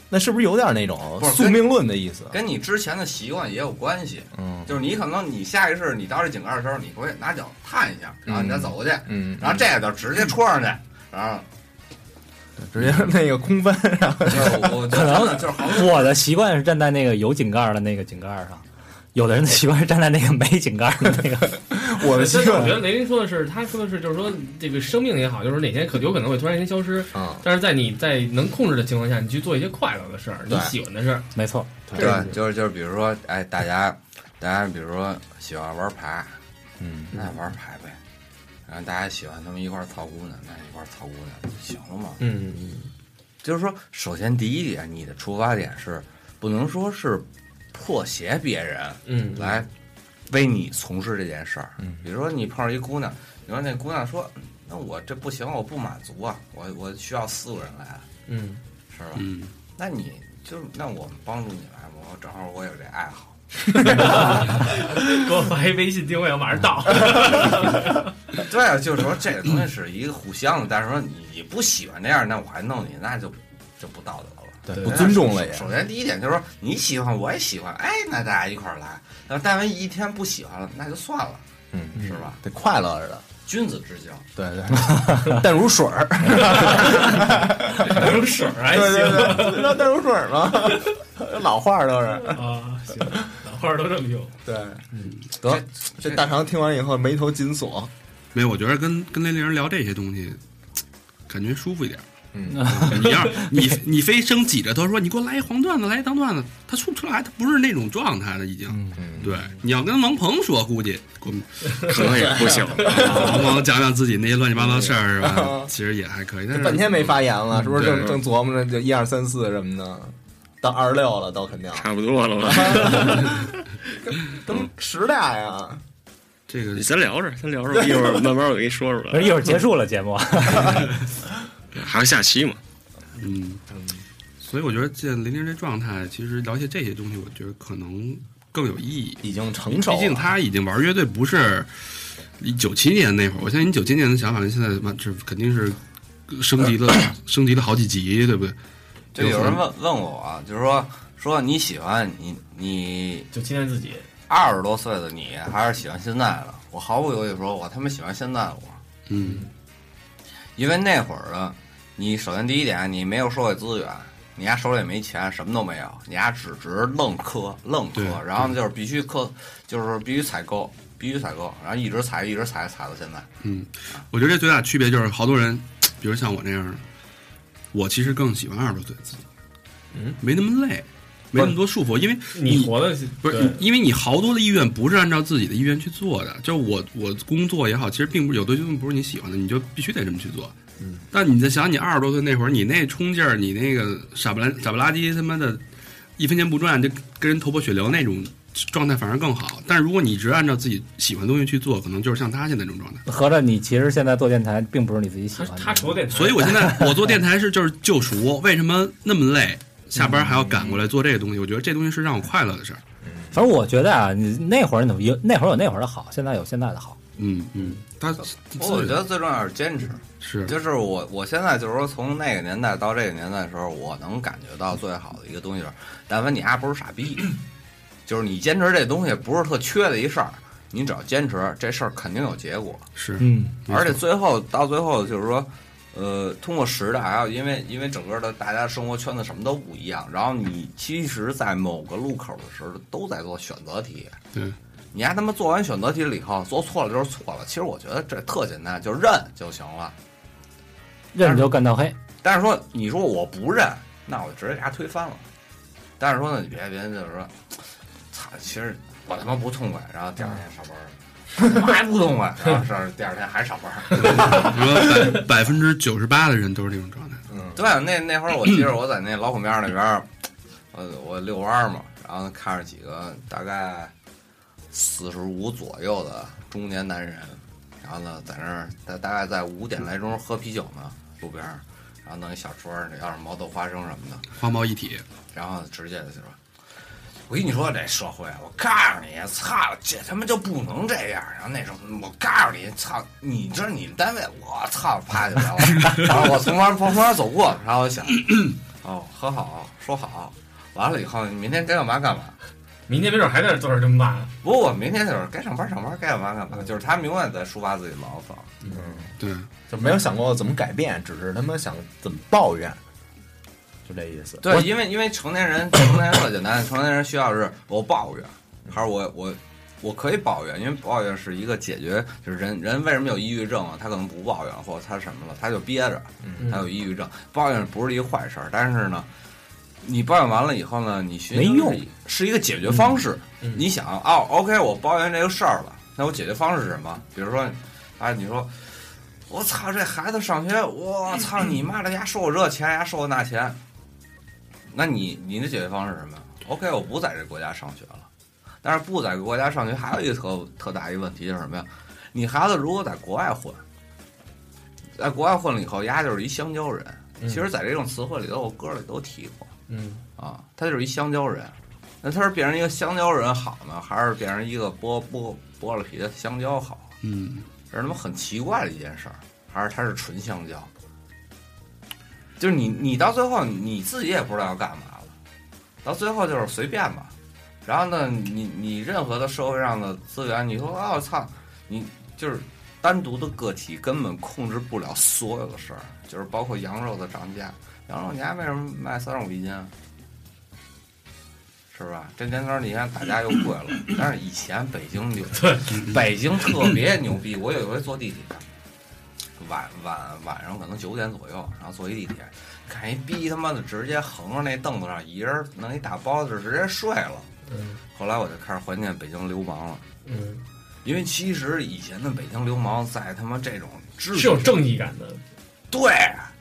Speaker 5: 那是不是有点那种
Speaker 6: 不是
Speaker 5: 宿命论的意思？
Speaker 6: 跟你之前的习惯也有关系。
Speaker 5: 嗯
Speaker 6: 就是你可能你下意识你到这井盖的时候，你会拿脚踏一下，然后你再走过去，
Speaker 5: 嗯，
Speaker 6: 然后这个就直接戳上去，然后
Speaker 5: 直接那个空翻，然后
Speaker 6: 就是
Speaker 4: 可
Speaker 6: 我就真
Speaker 4: 能
Speaker 6: 的就是好多
Speaker 4: 我的习惯是站在那个有井盖儿的那个井盖儿上，有的人的习惯是站在那个没井盖儿的那个。
Speaker 5: 我的
Speaker 3: 但
Speaker 5: 心
Speaker 3: 是我觉得雷林说的是，他说的是，就是说这个生命也好，就是哪天可有可能会突然间消失，
Speaker 5: 嗯，
Speaker 3: 但是在你在能控制的情况下，你去做一些快乐的事儿，你
Speaker 6: 对
Speaker 3: 喜欢的事儿，
Speaker 4: 没错，
Speaker 3: 这
Speaker 6: 对
Speaker 3: 是，
Speaker 6: 就是就是，比如说，哎，大家大家比如说喜欢玩牌，
Speaker 5: 嗯，
Speaker 6: 那玩牌呗。然后大家喜欢他们一块儿操姑娘，那一块儿操姑娘就行了嘛。
Speaker 3: 嗯嗯
Speaker 6: 就是说，首先第一点，你的出发点是不能说是破鞋别人
Speaker 3: 嗯，
Speaker 6: 来为你从事这件事儿。
Speaker 5: 嗯
Speaker 6: 比如说你碰上一姑娘，你说那姑娘说：“嗯那我这不行，我不满足啊，我我需要四个人来，啊
Speaker 3: 嗯
Speaker 6: 是吧？”
Speaker 2: 嗯，
Speaker 6: 那你就那我们帮助你来嘛，我正好我有这爱好。
Speaker 3: 给我发一微信定位，我马上到。
Speaker 6: 对啊，就是说这个东西是一个互相的，但是说你你不喜欢这样，那我还弄你，那就就不道德了。啊
Speaker 5: 对，
Speaker 3: 对
Speaker 5: 不尊重了也。
Speaker 6: 首先第一点就是说你喜欢我也喜欢，哎，那大家一块儿来。然后但万一一天不喜欢了，那就算了，
Speaker 5: 嗯，
Speaker 6: 是吧？
Speaker 5: 得快乐着的。
Speaker 6: 君子之交，
Speaker 5: 对对， 淡如水儿，
Speaker 3: 有水儿还
Speaker 5: 对对
Speaker 3: 行
Speaker 5: 对， 不知道淡如水儿吗？ 老话儿都是。
Speaker 3: 啊，行，老话儿都这么用。
Speaker 5: 对，嗯得嗯这大肠听完以后眉头紧锁。
Speaker 2: 没有，我觉得跟跟那人聊这些东西，感觉舒服一点。
Speaker 5: 嗯，
Speaker 2: 你要你你非生挤着他说你给我来一黄段子，来一当段子，他说不出来，他不是那种状态了已经。
Speaker 5: 嗯
Speaker 2: 对，你要跟王鹏说，估计给我们
Speaker 7: 可能也不 行。
Speaker 2: 王鹏讲讲自己那些乱七八糟事儿是吧？其实也还可以，但
Speaker 5: 嗯这
Speaker 2: 是
Speaker 5: 半天没发言了，是不是
Speaker 2: 对
Speaker 5: 正正琢磨着就一二三四什么的，到二十六了都肯定
Speaker 7: 差不多了吧？
Speaker 5: 跟十俩呀。
Speaker 2: 这个
Speaker 7: 你先聊着，先聊着，一会儿慢慢我给你说说
Speaker 4: 不
Speaker 7: 吧。
Speaker 4: 是一会儿结束了节目，啊
Speaker 7: 还有下期嘛？
Speaker 2: 嗯，所以我觉得见玲玲这状态，其实聊些这些东西，我觉得可能更有意义。
Speaker 5: 已经成
Speaker 3: 啊
Speaker 5: 熟了，
Speaker 2: 毕竟他已经玩乐队不是九七年那会儿，我相信你九七年的想法跟现在完是肯定是升级 了，升级了好几级，对不对？
Speaker 6: 就有人问问我啊，就是说说你喜欢你你
Speaker 3: 就今天自己，
Speaker 6: 二十多岁的你，还是喜欢现在的？我毫不犹豫说，我他妈喜欢现在的我，
Speaker 2: 嗯，
Speaker 6: 因为那会儿的你，首先第一点，你没有社会资源，你家手里没钱，什么都没有，你家只值愣磕愣磕
Speaker 2: 对，
Speaker 6: 然后就是必须磕，就是必须采购，必须采购，然后一直采，一直采，采到现在。
Speaker 3: 嗯
Speaker 2: 嗯我觉得这最大区别就是，好多人，比如像我那样的，我其实更喜欢二十多岁自己，
Speaker 3: 嗯，
Speaker 2: 没那么累，没那么多束缚，因为
Speaker 3: 你活的是
Speaker 2: 不是
Speaker 3: 对，
Speaker 2: 因为你好多的意愿不是按照自己的意愿去做的，就我我工作也好，其实并不是有的东西不是你喜欢的，你就必须得这么去做。嗯，但你在想你二十多岁那会儿，你那冲劲儿，你那个傻不拉傻不拉几他妈的，一分钱不赚就跟人头破血流那种状态反而更好。但是如果你一直按照自己喜欢的东西去做，可能就是像他现在这种状态。
Speaker 4: 合着你其实现在做电台并不是你自己喜
Speaker 3: 他
Speaker 4: 欢的。
Speaker 3: 他除了电台，
Speaker 2: 所以我现在我做电台是就是救赎，为什么那么累？
Speaker 6: 嗯
Speaker 2: 下班还要赶过来做这个东西，我觉得这东西是让我快乐的事儿。
Speaker 4: 反正我觉得啊，你那会儿你怎么有那会儿有那会儿的好，现在有现在的好。
Speaker 2: 嗯嗯，他
Speaker 6: 哦我觉得最重要是坚持，
Speaker 2: 是
Speaker 6: 就是我我现在就是说，从那个年代到这个年代的时候，我能感觉到最好的一个东西就是，但凡你丫不是傻逼，就是你坚持这东西不是特缺的一事儿，你只要坚持，这事儿肯定有结果。
Speaker 2: 是，
Speaker 4: 嗯，
Speaker 6: 而且最后到最后就是说，呃，通过时代，还有因为因为整个的大家生活圈子什么都不一样，然后你其实，在某个路口的时候都在做选择题。
Speaker 2: 对。
Speaker 6: 你丫他妈做完选择题了以后，做错了就是错了。其实我觉得这特简单，就认就行了。
Speaker 4: 认就干到黑。
Speaker 6: 但是说你说我不认，那我直接给他推翻了。但是说呢，你别别就是说，操，其实我他妈不痛快，然后第二天上 班儿。他妈还不痛快，然后是第二天还上班儿。
Speaker 2: 你说百百分之九十八的人都是这种状态，
Speaker 6: 对，那那会儿我记着我在那老孔庙那边儿，我我遛弯儿嘛，然后看着几个大概四十五左右的中年男人，然后呢在那儿大大概在五点来钟喝啤酒呢，路边儿，然后弄一小桌儿，要是毛豆花生什么的，
Speaker 2: 花猫一体，
Speaker 6: 然后直接就说：“我跟你说，这社会，我告诉你，操，这他妈就不能这样。”然后那时候，我告诉你，操，你这是你们单位，我操，趴下来了。然后我从旁旁边走过，然后我想， 哦，和好说好，完了以后，你明天该干嘛干嘛。
Speaker 3: 明天没准还在这坐着这么骂。
Speaker 6: 不过我明天就是该上班上班，该干嘛干嘛，就是他们永远在抒发自己牢骚。
Speaker 2: 对，
Speaker 5: 就没有想过怎么改变，只是他妈想怎么抱怨，就这意思。
Speaker 6: 对，因为因为成年人，成年人特简单，成年人需要是我抱怨，还是我我我可以抱怨，因为抱怨是一个解决，就是人人为什么有抑郁症啊？他可能不抱怨，或者他什么了，他就憋着，他有抑郁症。抱怨不是一个坏事儿，但是呢，你抱怨完了以后呢，你寻求
Speaker 4: 没用
Speaker 6: 是一，是一个解决方式。
Speaker 3: 嗯
Speaker 6: 你想，哦，OK，我抱怨这个事儿了，那我解决方式是什么？比如说，啊，你说，我操，这孩子上学，我操你妈的，丫收我这钱，丫收我那钱，那你你的解决方式是什么？OK，我不在这国家上学了。但是不在这国家上学，还有一个特特大一个问题就是什么呀？你孩子如果在国外混，在国外混了以后，丫就是一香蕉人。
Speaker 3: 嗯
Speaker 6: 其实，在这种词汇里头，我歌里都提过
Speaker 3: 嗯，
Speaker 6: 啊，他就是一香蕉人。那他是变成一个香蕉人好呢，还是变成一个剥剥剥了皮的香蕉好？
Speaker 2: 嗯，
Speaker 6: 这是他妈很奇怪的一件事儿，还是他是纯香蕉？就是你你到最后你自己也不知道要干嘛了，到最后就是随便吧。然后呢，你你任何的社会上的资源，你说啊我操，你就是单独的个体根本控制不了所有的事儿，就是包括羊肉的涨价。羊肉你还为什么卖三十五一斤啊？是吧？这年头儿你看大家又贵了，但是以前北京有
Speaker 3: 嗯
Speaker 6: 北京特别牛逼，我有一回坐地铁，晚晚晚上可能九点左右，然后坐一地铁，看一逼他妈的直接横着那凳子上，一人弄一大包子直接睡了。
Speaker 3: 嗯
Speaker 6: 后来我就开始怀念北京流氓了，
Speaker 3: 嗯，
Speaker 6: 因为其实以前的北京流氓在他妈这种制度
Speaker 3: 是有正义感的，
Speaker 6: 对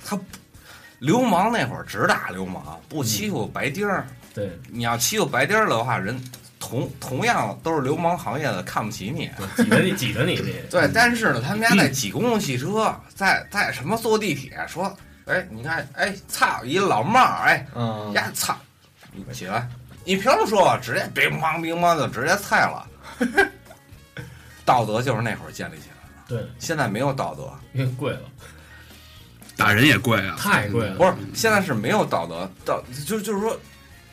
Speaker 6: 他不流氓那会儿只打流氓，不
Speaker 3: 嗯
Speaker 6: 欺负白丁儿。
Speaker 3: 对，
Speaker 6: 你要欺负白丁儿的话，人同同样都是流氓行业的，看不起你。
Speaker 3: 挤得你挤得你这，
Speaker 6: 对，但是呢，他们家在挤公共汽车，在在什么坐地铁，说，哎，你看，哎，操，一老帽儿，哎，
Speaker 5: 嗯，
Speaker 6: 呀，操，你起来，你凭什么说我？直接乒乓乒乓就直接菜了。 道德就是那会儿建立起来的，
Speaker 3: 对，
Speaker 6: 现在没有道德，
Speaker 3: 因为贵了，嗯
Speaker 2: 打人也贵啊，
Speaker 3: 太贵了，
Speaker 6: 不是，现在是没有道德，道就就是说，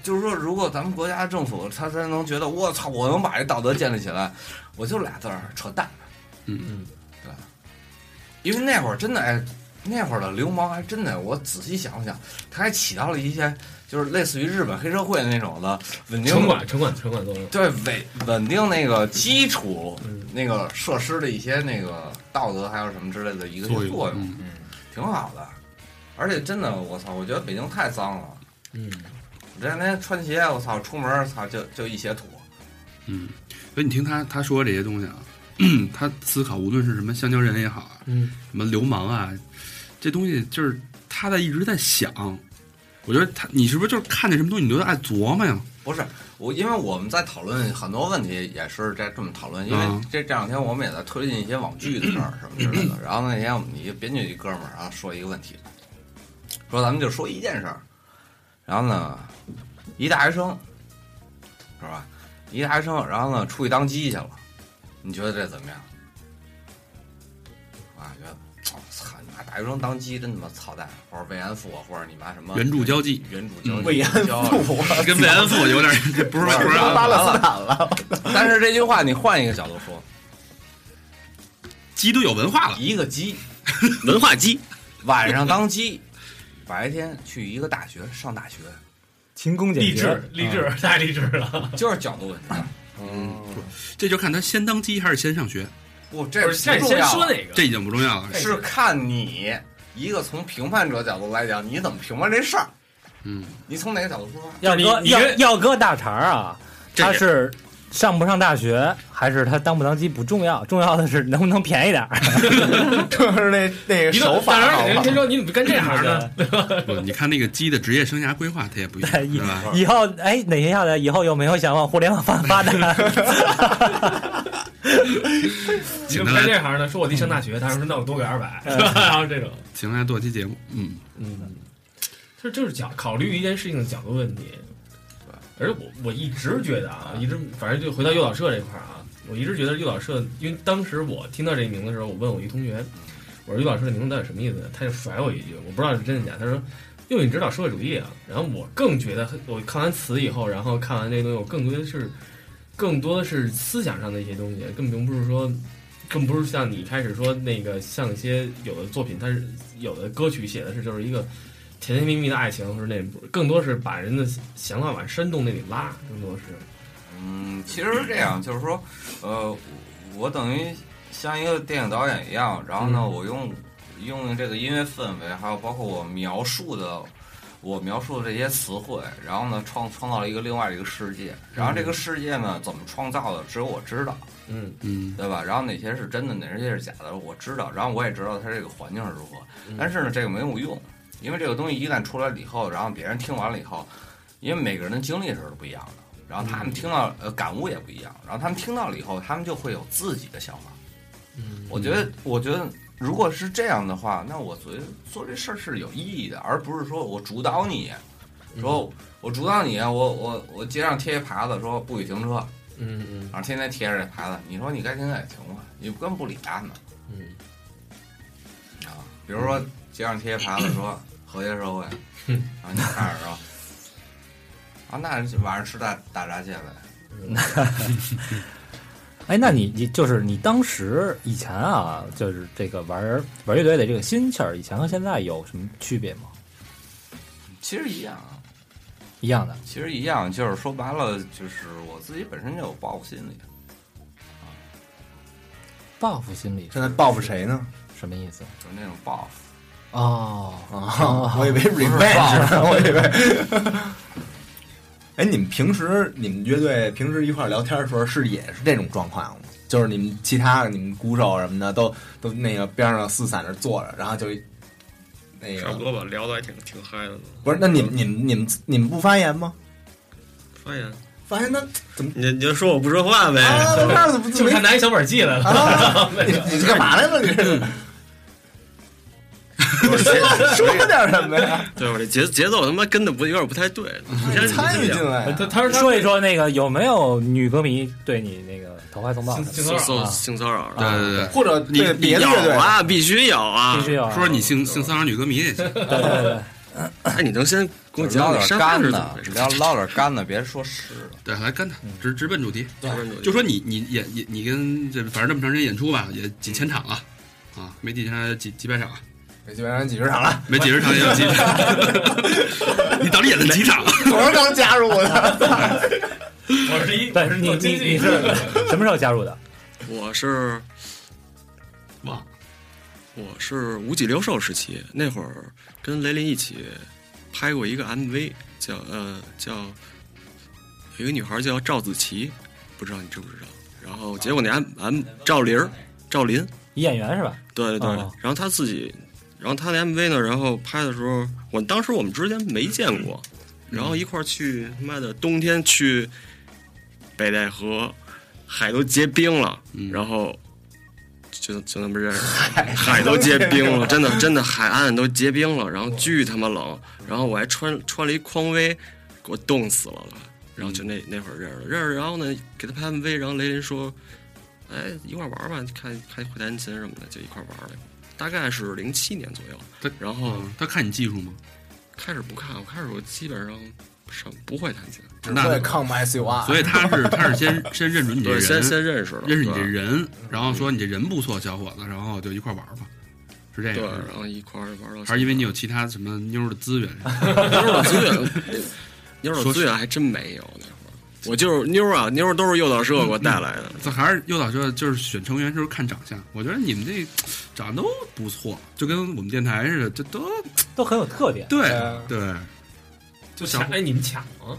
Speaker 6: 就是说，如果咱们国家政府他才能觉得，我操，我能把这道德建立起来，我就俩字儿扯淡。
Speaker 2: 嗯
Speaker 3: 嗯，
Speaker 6: 对，因为那会儿真的，哎，那会儿的流氓还真的，哎我仔细想想，他还起到了一些就是类似于日本黑社会那种的稳定
Speaker 3: 城管城管城管作用，
Speaker 6: 对稳稳定那个基础
Speaker 3: 嗯
Speaker 6: 那个设施的一些那个道德还有什么之类的一个
Speaker 2: 作
Speaker 6: 作
Speaker 2: 用
Speaker 6: 用，
Speaker 2: 嗯
Speaker 6: 嗯，挺好的。而且真的，我操，我觉得北京太脏了。
Speaker 3: 嗯，
Speaker 6: 我这两天穿鞋，我操，出门操就就一鞋土。
Speaker 2: 嗯，所以你听他他说这些东西啊， 他思考无论是什么香蕉人也好啊，
Speaker 3: 嗯，
Speaker 2: 什么流氓啊，这东西就是他在一直在想。我觉得他，你是不是就是看见什么东西你就爱琢磨呀？
Speaker 6: 不是我，因为我们在讨论很多问题，也是在这么讨论。因为
Speaker 2: 嗯
Speaker 6: 这这两天我们也在推进一些网剧的事儿什么之类的。 然后那天我们一个编剧一哥们儿，然后说一个问题，说咱们就说一件事儿。然后呢，一大学生是吧？一大学生，然后呢出去当鸡去了，你觉得这怎么样？啊，觉得操操你妈大学生当鸡真他妈操蛋，或者慰安妇，或者你妈什么
Speaker 2: 援助交际
Speaker 6: 原主交
Speaker 5: 慰安 妇，
Speaker 2: 跟慰安妇有点儿 这不是不是啊
Speaker 5: 巴勒斯坦了，
Speaker 6: 但是这句话你换一个角度说，
Speaker 2: 鸡都有文化 了，
Speaker 6: 一个鸡
Speaker 7: 文化鸡，
Speaker 6: 晚上当鸡， 白天去一个大学上大学，
Speaker 5: 勤工俭
Speaker 3: 励
Speaker 5: 学
Speaker 3: 志，励志太励志了，
Speaker 6: 就是角度问题。啊
Speaker 2: 这就看他先当鸡还是先上学，
Speaker 6: 不，
Speaker 3: 不
Speaker 6: 这
Speaker 3: 是，这
Speaker 6: 不重
Speaker 3: 先
Speaker 6: 要
Speaker 3: 说
Speaker 6: 了，
Speaker 3: 哪个
Speaker 2: 这已经不重 要了。
Speaker 6: 是看你一个从评判者角度来讲，你怎么评判这事儿？
Speaker 2: 嗯，
Speaker 6: 你从哪个角度出发？
Speaker 4: 要
Speaker 3: 你
Speaker 4: 搁
Speaker 3: 你
Speaker 4: 要
Speaker 3: 这
Speaker 4: 要搁大肠儿啊，
Speaker 2: 这
Speaker 4: 他
Speaker 2: 也
Speaker 4: 是上不上大学，还是他当不当机不重要，重要的是能不能便宜点儿。
Speaker 5: 就是那那个
Speaker 3: 一
Speaker 5: 手
Speaker 3: 个，
Speaker 5: 法
Speaker 3: 当然
Speaker 5: 好
Speaker 3: 人
Speaker 5: 吧
Speaker 3: 家说你怎么干这行呢？
Speaker 2: 不，你看那个鸡的职业生涯规划，它也不一样，
Speaker 4: 对
Speaker 2: 对吧？
Speaker 4: 以后哎，哪学校的以后有没有想往互联网发发 展？
Speaker 3: 你
Speaker 2: 请
Speaker 3: 就
Speaker 2: 他
Speaker 3: 干
Speaker 2: 来，
Speaker 3: 这行呢，说我弟上大学，他说那我多给二百， 然后这种，
Speaker 2: 请他来做期节目。嗯，
Speaker 3: 嗯，这就是角考虑一件事情的角度问题。而且我我一直觉得啊，一直反正就回到诱导社这块儿啊，我一直觉得诱导社，因为当时我听到这个名字的时候，我问我一同学，我说诱导社这名字到底什么意思？他就甩我一句，我不知道是真的假的，他说用你指导社会主义啊。然后我更觉得，我看完词以后，然后看完这东西，我更多的是更多的是思想上的一些东西，更并不是说，更不是像你一开始说那个像一些有的作品，它是有的歌曲写的是就是一个甜甜蜜蜜的爱情，或者那更多是把人的想法往山洞那里拉，更多是
Speaker 6: 嗯，其实是这样，就是说，呃，我我等于像一个电影导演一样，然后呢，
Speaker 3: 嗯
Speaker 6: 我用用这个音乐氛围，还有包括我描述的我描述的这些词汇，然后呢创创造了一个另外一个世界，然后这个世界呢怎么创造的，只有我知道，
Speaker 3: 嗯，
Speaker 2: 嗯，
Speaker 6: 对吧？然后哪些是真的，哪些是假的，我知道，然后我也知道它这个环境是如何，但是呢这个没有用，因为这个东西一旦出来了以后，然后别人听完了以后，因为每个人的经历是不一样的，然后他们听到呃感悟也不一样，然后他们听到了以后，他们就会有自己的想法。
Speaker 3: 嗯
Speaker 6: 我觉得，我觉得如果是这样的话，那我觉得做这事儿是有意义的，而不是说我主导你，说我主导你，我我我街上贴一牌子说不许停车，
Speaker 3: 嗯嗯
Speaker 6: 然啊后天天贴着这牌子，你说你该停也停吧，你根本不理他们
Speaker 3: 嗯，
Speaker 6: 啊。比如说街上贴一牌子说和谐社 会，然后你看着说。啊，那晚上吃大大闸蟹呗。
Speaker 4: 哎，那你你就是你当时以前啊，就是这个玩儿玩乐队的这个心气儿，以前和现在有什么区别吗？
Speaker 6: 其实一样啊，
Speaker 4: 一样的，
Speaker 6: 其实一样，就是说白了，就是我自己本身就有报复心理。
Speaker 4: 报复心理
Speaker 5: 现在报复谁呢？
Speaker 4: 什么意思？
Speaker 6: 就是那种报复。
Speaker 4: 哦，
Speaker 5: 啊，我以为 revenge，呢我 以为。哎，你们平时你们乐队平时一块儿聊天的时候，是也是这种状况吗？就是你们其他的你们鼓手什么的，都都那个边上四散着坐着，然后就那
Speaker 7: 差不
Speaker 5: 个
Speaker 7: 多吧，聊的还挺挺嗨的呢。
Speaker 5: 不是？那你们你们你们你们不发言吗？
Speaker 7: 发言，
Speaker 5: 发言那怎么？
Speaker 7: 你你就说我不说话呗。
Speaker 5: 啊，那怎么怎
Speaker 3: 就
Speaker 5: 么
Speaker 3: 他拿一小本记来了，
Speaker 5: 啊？ 你你干嘛来了？你是 说点什么呀？
Speaker 7: 对，我这节节奏他妈跟的不有点不太对，首先
Speaker 5: 参与进来呀
Speaker 3: 哎他他说
Speaker 4: 说一说那个有没有女歌迷对你那个投怀送抱
Speaker 3: 性
Speaker 4: 的？
Speaker 3: 性骚
Speaker 7: 性
Speaker 3: 扰
Speaker 7: 骚
Speaker 4: 啊
Speaker 7: 性骚扰，
Speaker 2: 对对对，
Speaker 5: 或者
Speaker 2: 你
Speaker 5: 对别的
Speaker 7: 有
Speaker 5: 乐队
Speaker 7: 啊，必须有啊。
Speaker 4: 必须有啊。
Speaker 2: 说你性性骚扰女歌迷也行，
Speaker 4: 对对对，
Speaker 7: 哎，你能先给我讲
Speaker 6: 捞
Speaker 7: 讲
Speaker 6: 点
Speaker 7: 沙发
Speaker 6: 干
Speaker 7: 是怎么
Speaker 6: 的
Speaker 7: 回，事？
Speaker 6: 捞捞点干的，别说湿的。
Speaker 2: 对，来跟他直直奔主题，
Speaker 7: 嗯对
Speaker 2: 就说你你演你你跟这反正这么长时间演出吧，也几千场了。啊，没几千几几百场，啊
Speaker 5: 基本上几十场了，
Speaker 2: 没几十场也有几场，你 到底演了几场？
Speaker 5: 总是刚加入我的。
Speaker 3: 我是一，
Speaker 4: 对
Speaker 3: 我是
Speaker 4: 你
Speaker 3: 做
Speaker 4: 你
Speaker 3: 经纪
Speaker 4: 你是 什么时候加入的？
Speaker 7: 我是
Speaker 2: 忘了
Speaker 7: 我是五脊六兽时期那会儿跟雷林一起拍过一个 MV，叫呃叫有一个女孩叫赵子琪，不知道你知不知道？然后结果那 M M 赵琳儿赵琳
Speaker 4: 一演员是吧？
Speaker 7: 对对对，
Speaker 4: 哦
Speaker 7: 然后他自己，然后他的 MV 呢，然后拍的时候，我当时我们之间没见过，然后一块儿去他妈的冬天去北戴河，海都结冰了，
Speaker 2: 嗯
Speaker 7: 然后就就那么认识，海都结冰了，真的真的海岸都结冰了，然后巨他妈冷，然后我还穿穿了一匡威，给我冻死了了。然后就
Speaker 2: 嗯
Speaker 7: 那那会儿认识了，认识然后呢，给他拍 MV，然后雷林说：“哎，一块儿玩儿吧，看看会弹琴什么的，就一块儿玩儿了。大概是零七年左右
Speaker 2: 他，
Speaker 7: 然后
Speaker 2: 哦他看你技术吗？
Speaker 7: 开始不看，我开始我基本上上不会弹琴，
Speaker 2: 那
Speaker 5: 对，Come as you are。
Speaker 2: 所以他是他是先先认准你这
Speaker 7: 对，
Speaker 2: 人，
Speaker 7: 先先认识了，
Speaker 2: 认识你这
Speaker 7: 对嗯
Speaker 2: 人，然后说你这人不错，小伙子，然后就一块玩吧，是这
Speaker 7: 对，
Speaker 2: 样。
Speaker 7: 然后一块儿玩到，
Speaker 2: 还是因为你有其他什么妞儿的资源？
Speaker 7: 妞 儿的资源，妞儿的资源还真没有那会儿，我就是妞儿啊，妞儿都是诱导社给我带来的，
Speaker 2: 这还是诱导说，就是选成员时候看长相。我觉得你们这长得都不错，就跟我们电台似的，这都
Speaker 4: 都很有特点。
Speaker 2: 对
Speaker 5: 嗯
Speaker 2: 对。
Speaker 3: 就抢，哎，你们抢吗？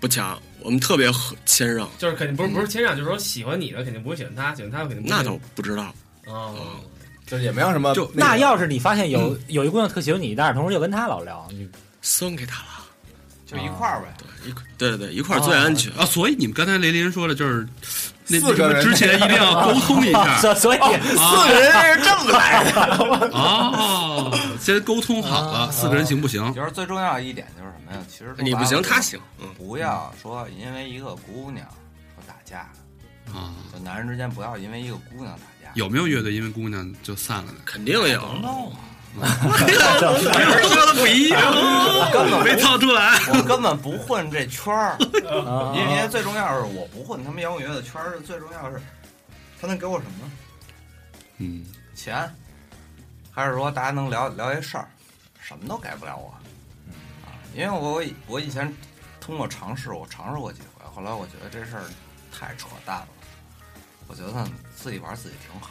Speaker 7: 不强，我们特别合谦让，
Speaker 3: 就是肯定不是不是谦让，就是说喜欢你的肯定不会喜欢他，喜欢他
Speaker 2: 嗯
Speaker 3: 肯定不会
Speaker 7: 那倒不知道，
Speaker 3: 哦，
Speaker 5: 就是也没有什么
Speaker 2: 就
Speaker 5: 那
Speaker 4: 那
Speaker 5: 个
Speaker 4: 要是你发现有有一姑娘特喜欢你，但是同时就跟她老聊，你
Speaker 7: 送给他了，哦
Speaker 6: 就一块儿呗。
Speaker 7: 对，一块，对对对，一块儿最安全。
Speaker 2: 啊，所以你们刚才雷林说的就是那
Speaker 5: 四个
Speaker 2: 那
Speaker 5: 人
Speaker 2: 之前一定要沟通一
Speaker 3: 啊
Speaker 2: 下
Speaker 4: 所
Speaker 3: 哦
Speaker 4: 所以
Speaker 5: 四个人是这么来的，
Speaker 2: 哦，先沟通好
Speaker 5: 啊
Speaker 2: 了，四个人行不行？
Speaker 6: 就是最重要的一点就是什么呀？其实
Speaker 7: 你不行，他，行，嗯，
Speaker 6: 不要说因为一个姑娘说打架，
Speaker 2: 啊，
Speaker 6: 就男人之间不要因为一个姑娘打架。
Speaker 2: 有没有乐队因为姑娘就散了的？
Speaker 7: 肯定有。
Speaker 6: no，
Speaker 7: 说的不一
Speaker 2: 哦
Speaker 7: 样，
Speaker 6: 根本
Speaker 7: 没套出 来。
Speaker 6: 我根本不混这圈儿，
Speaker 4: 啊
Speaker 6: 因为最重要是我不混他们摇滚乐的圈儿，最重要是他能给我什么
Speaker 2: 嗯，
Speaker 6: 钱，还是说大家能聊聊一事儿，什么都改不了我。啊，因为我我以前通过尝试，我尝试过几回，后来我觉得这事儿太扯淡了，我觉得自己玩自己挺好。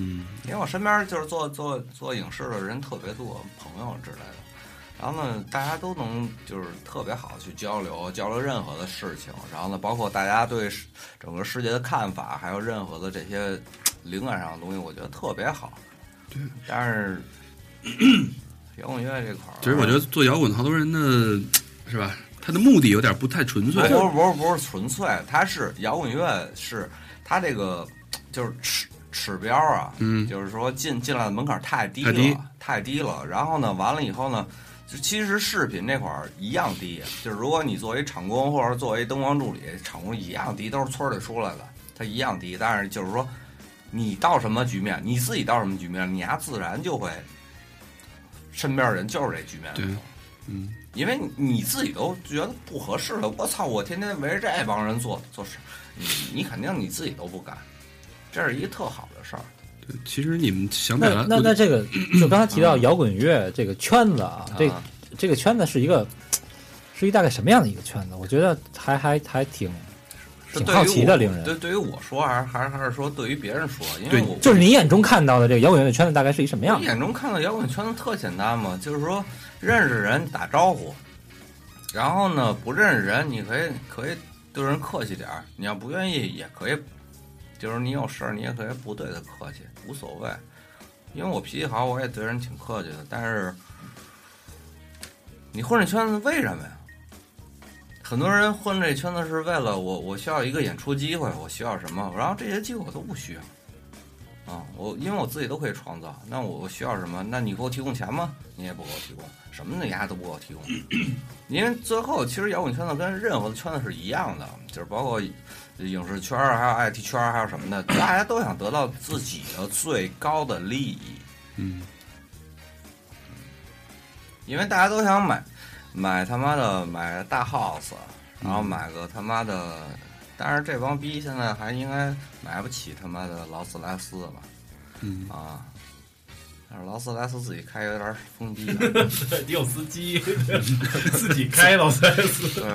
Speaker 2: 嗯，
Speaker 6: 因为我身边就是做做做影视的人特别多，朋友之类的。然后呢，大家都能就是特别好地去交流，交流任何的事情。然后呢，包括大家对世整个世界的看法，还有任何的这些嘖灵感上的东西，我觉得特别好。对，但是 摇滚乐这块儿，
Speaker 2: 其实我觉得做摇滚好多人呢，是吧？他的目的有点不太纯粹
Speaker 6: 哎不。是不是不是纯粹，它是摇滚乐是它这个就是尺尺标啊，
Speaker 2: 嗯，
Speaker 6: 就是说进进来的门槛太低
Speaker 2: 太
Speaker 6: 了，
Speaker 2: 低
Speaker 6: 太低了。然后呢，完了以后呢，就其实视频这块儿一样低，就是如果你作为场工或者作为灯光助理，场工一样低，都是村儿里出来的，它一样低。但是就是说，你到什么局面，你自己到什么局面，你丫自然就会，身边的人就是这局面里头
Speaker 2: 对嗯，
Speaker 6: 因为你你自己都觉得不合适了，我操！我天天围着这帮人做做事，你你肯定你自己都不敢，这是一特好的事儿。
Speaker 2: 对其实你们想表
Speaker 4: 那
Speaker 2: 达，
Speaker 4: 那那这个，就刚才提到
Speaker 6: 嗯
Speaker 4: 摇滚乐这个圈子啊，这
Speaker 6: 啊
Speaker 4: 这个圈子是一个，是一大概什么样的一个圈子？我觉得还还还挺
Speaker 6: 是
Speaker 4: 挺
Speaker 6: 对于
Speaker 4: 好奇的，
Speaker 6: 我
Speaker 4: 令人。
Speaker 6: 对，对于我说，还是还是还是说对于别人说，因
Speaker 2: 对
Speaker 6: 为我
Speaker 4: 就是你眼中看到的这个摇滚乐圈子大概是一什么
Speaker 6: 我
Speaker 4: 样？
Speaker 6: 眼中看到摇滚圈子特简单嘛，就是说认识人打招呼，然后呢不认识人你可以可以对人客气点儿，你要不愿意也可以，就是你有事儿你也可以不对他客气，无所谓。因为我脾气好，我也对人挺客气的，但是你混这圈子为什么呀？很多人混这圈子是为了我，我需要一个演出机会，我需要什么，然后这些机会我都不需要。啊，我因为我自己都可以创造，那我需要什么？那你给我提供钱吗？你也不给我提供，什么你丫都不给我提供。因为最后其实摇滚圈子跟任何的圈子是一样的，就是包括影视圈儿还有 IT 圈儿还有什么的，大家都想得到自己的最高的利益，
Speaker 2: 嗯，
Speaker 6: 因为大家都想买买他妈的买大 house，然后买个他妈的，但是这帮逼现在还应该买不起他妈的劳斯莱斯了。
Speaker 2: 嗯，
Speaker 6: 啊，但是劳斯莱斯自己开有点疯逼了。
Speaker 3: 你有司机， 自己开老三司。
Speaker 6: 对，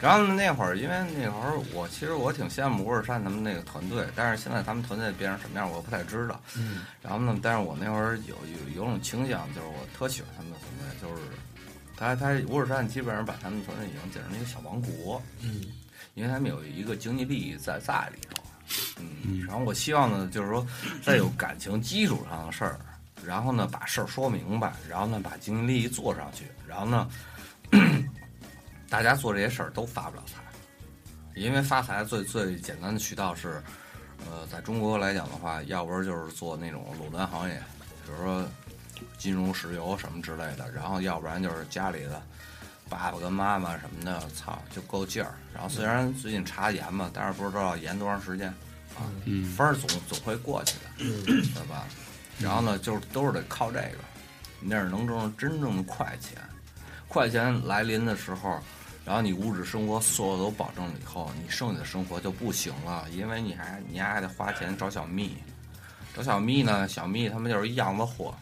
Speaker 6: 然后那会儿，因为那会儿我其实我挺羡慕乌尔善他们那个团队，但是现在他们团队变成什么样，我不太知道。
Speaker 3: 嗯，
Speaker 6: 然后呢，但是我那会儿有有有种倾向，就是我特喜欢他们的团队，就是他他乌尔善基本上把他们团队已经变成一个小王国，
Speaker 3: 嗯，
Speaker 6: 因为他们有一个经济利益在在里头。嗯，然后我希望呢，就是说，在有感情基础上的事儿，然后呢把事儿说明白，然后呢把经济利益做上去，然后呢， 大家做这些事儿都发不了财，因为发财最最简单的渠道是，呃，在中国来讲的话，要不然就是做那种垄断行业，比如说金融、石油什么之类的，然后要不然就是家里的爸爸跟妈妈什么的，操就够劲儿。然后虽然最近查严嘛，但是不知道严多长时间啊，
Speaker 2: 嗯
Speaker 6: 分儿总总会过去的，对吧？然后呢，就是都是得靠这个，那是能挣真正的快钱。快钱来临的时候，然后你物质生活所有都保证了以后，你剩下的生活就不行了，因为你还你还得花钱找小蜜，找小蜜呢，小蜜他们就是一样子货，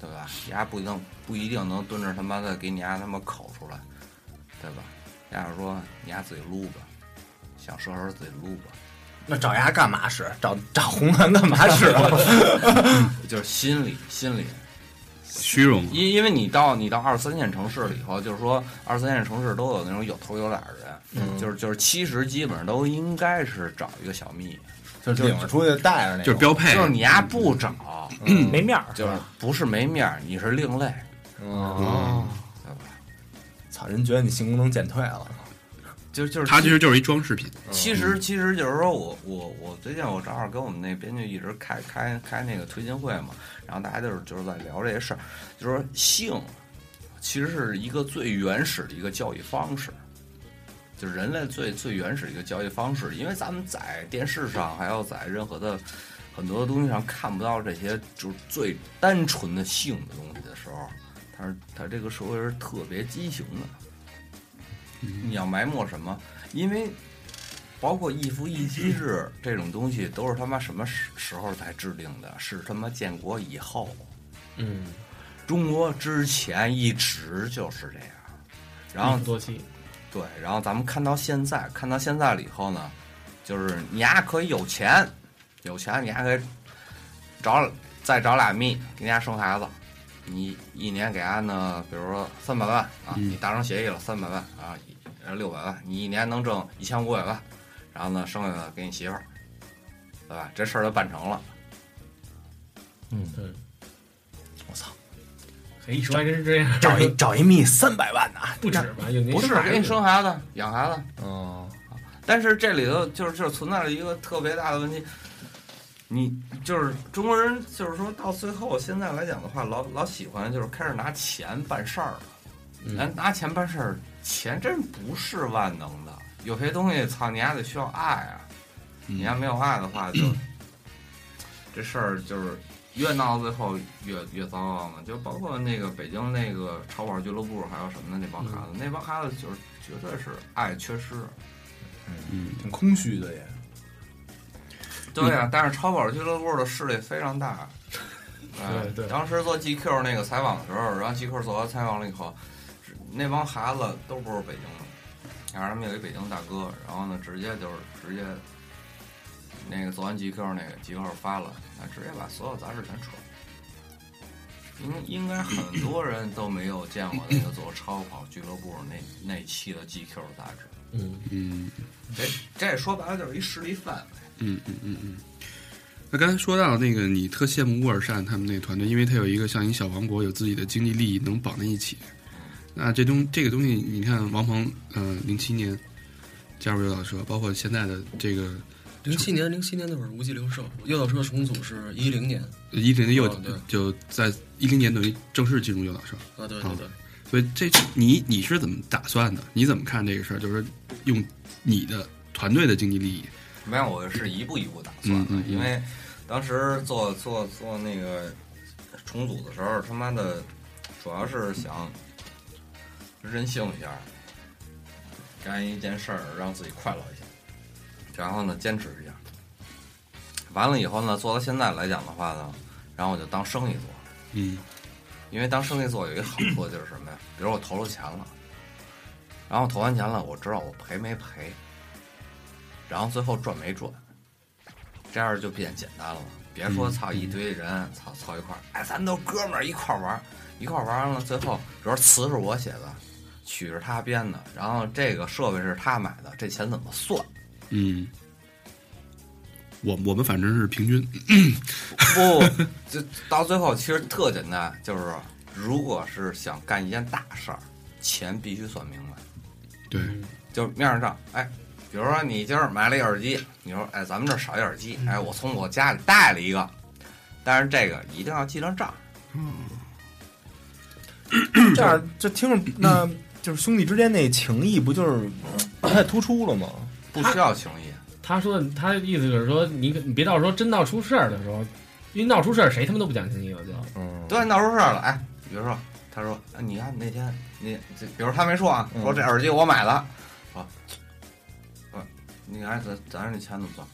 Speaker 6: 对吧？人家不一定不一定能蹲着他妈的给你家他妈口出来，对吧？人家说你家自己撸吧，想射手自己撸吧，
Speaker 5: 那找牙干嘛使？找找红蓝干嘛使啊？
Speaker 6: 就是心理心理，
Speaker 2: 虚荣，啊
Speaker 7: 嗯
Speaker 6: 因因为你到你到二三线城市了以后，就是说二三线城市都有那种有头有脸的人，就是就是其实基本上都应该是找一个小蜜，
Speaker 5: 就是领着出去带着那
Speaker 2: 就
Speaker 5: 种
Speaker 2: 是标配，
Speaker 6: 就是你丫不找，
Speaker 4: 没面儿，
Speaker 6: 就是不是没面儿，你是另类，
Speaker 5: 哦，
Speaker 6: 对吧？
Speaker 5: 操，人觉得你性功能减退了。
Speaker 6: 就就是
Speaker 2: 它其实就是一装饰品。
Speaker 6: 其实其实就是说我我我最近我正好跟我们那编剧一直开开开那个推进会嘛，然后大家就是就是在聊这些事儿，就是说性其实是一个最原始的一个教育方式，就是人类最最原始的一个教育方式，因为咱们在电视上还有在任何的很多的东西上看不到这些就是最单纯的性的东西的时候，它是它这个社会是特别畸形的，你要埋没什么？因为包括一夫一妻制这种东西，都是他妈什么时时候才制定的？是他妈建国以后。
Speaker 3: 嗯，
Speaker 6: 中国之前一直就是这样，然后
Speaker 3: 多期，
Speaker 4: 嗯
Speaker 6: 对，然后咱们看到现在，看到现在了以后呢，就是你丫可以有钱，有钱你还可以找再找俩蜜给人家生孩子，你一年给安的，比如说三百万啊，
Speaker 2: 嗯
Speaker 6: 你达成协议了三百万啊，呃六百万，你一年能挣一千五百万，然后呢，剩下的给你媳妇儿，对吧？这事儿就办成了。
Speaker 5: 嗯，
Speaker 6: 我操，
Speaker 3: 哎，一说还真是这样，
Speaker 5: 找一找一蜜三百万的，
Speaker 3: 不止吧？有
Speaker 6: 不是哦给你生孩子、养孩子，
Speaker 5: 嗯，
Speaker 6: 但是这里头就是就是存在了一个特别大的问题，你就是中国人，就是说到最后现在来讲的话，老老喜欢就是开始拿钱办事儿了，
Speaker 3: 嗯
Speaker 6: 拿拿钱办事儿，钱真不是万能的，有些东西操你还得需要爱啊，你要没有爱的 话就，这事儿就是。越闹到最后越越糟糕嘛，就包括那个北京那个超跑俱乐部，还有什么的那帮孩子，那帮孩子就是绝对是爱缺失，
Speaker 2: 嗯，
Speaker 5: 挺空虚的也。
Speaker 6: 对
Speaker 3: 嗯
Speaker 6: 呀、但是超跑俱乐部的势力非 常大。哎
Speaker 3: 对对
Speaker 6: 当时做 GQ 那个采访的时候，然后 GQ 做完采访了以后，是那帮孩子都不是北京的，然后他们有一北京大哥，然后呢，直接就是直接那个做完 GQ 那个 GQ 发了，那直接把所有杂志全撤了。应应该很多人都没有见过那个做超跑俱乐部那那期的 GQ 杂 志，
Speaker 3: 嗯，
Speaker 2: 嗯
Speaker 6: 这这说白了就是一势力范围。
Speaker 2: 嗯嗯嗯嗯。那刚才说到那个，你特羡慕沃尔善他们那个团队，因为他有一个像一小王国，有自己的经济利益能绑在一起。那这东这个东西，你看王鹏，呃，零七年加入诱导社，包括现在的这个
Speaker 7: 零七年，零七年那会儿无忌零售，诱导车重组是一零年
Speaker 2: 一零的诱
Speaker 7: 哦对
Speaker 2: 就在一零年等于正式进入诱导社。
Speaker 7: 啊，对
Speaker 2: 啊
Speaker 7: 对对，
Speaker 2: 所以这你你是怎么打算的？你怎么看这个事儿？就是用你的团队的经济利益，
Speaker 6: 没有，我是一步一步打算的，
Speaker 2: 嗯嗯嗯
Speaker 6: 因为当时做做做那个重组的时候，他妈的主要是想任性一下，干一件事儿让自己快乐一下，然后呢坚持一下。完了以后呢，做到现在来讲的话呢，然后我就当生意做，
Speaker 2: 嗯
Speaker 6: 因为当生意做有一个好处就是什么呀？比如我投了钱了，然后投完钱了，我知道我赔没赔，然后最后赚没赚，这样就变简单了嘛。别说操一堆人，操操一块儿，哎，咱都哥们儿一块儿玩儿，一块儿玩完了，最后比如说词是我写的，曲是他编的，然后这个设备是他买的，这钱怎么算？
Speaker 2: 嗯，我我们反正是平
Speaker 6: 嗯
Speaker 2: 均，
Speaker 6: 不，就到最后其实特简单，就是如果是想干一件大事儿，钱必须算明白。
Speaker 2: 对，
Speaker 6: 就是面儿上，哎，比如说你今儿买了一耳机，你说，哎，咱们这儿少一耳机，哎，我从我家里带了一个，但是这个一定要记上账，
Speaker 5: 这样这听着比，那就是兄弟之间那情谊不就是不太突出了吗？
Speaker 6: 不需要情谊。
Speaker 3: 他说的他的意思就是说，你你别到时候真闹出事儿的时候，因为闹出事儿谁他妈都不讲情
Speaker 2: 啊
Speaker 3: 义了，就
Speaker 5: 嗯，
Speaker 6: 对，闹出事儿了，哎，比如说，他说，哎，你看那天你这，比如他没说啊，
Speaker 5: 嗯
Speaker 6: 说这耳机我买的，啊，不，你看咱咱这钱怎么算？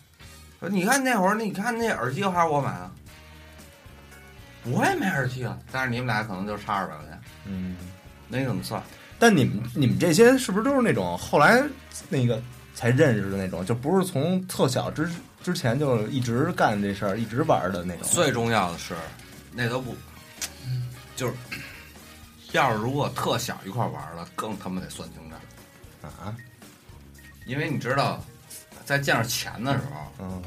Speaker 6: 说你看那会儿，你看那耳机还是我买的，我也没耳机啊，但是你们俩可能就差二百块钱，
Speaker 5: 嗯。
Speaker 6: 那你怎么算？
Speaker 5: 但你们你们这些是不是都是那种后来那个才认识的那种，就不是从特小之之前就一直干这事儿，一直玩的那种？
Speaker 6: 最重要的是，那都不，就是，要是如果特小一块玩了，更他妈得算清账，
Speaker 5: 啊，
Speaker 6: 因为你知道，在见着钱的时候，
Speaker 5: 嗯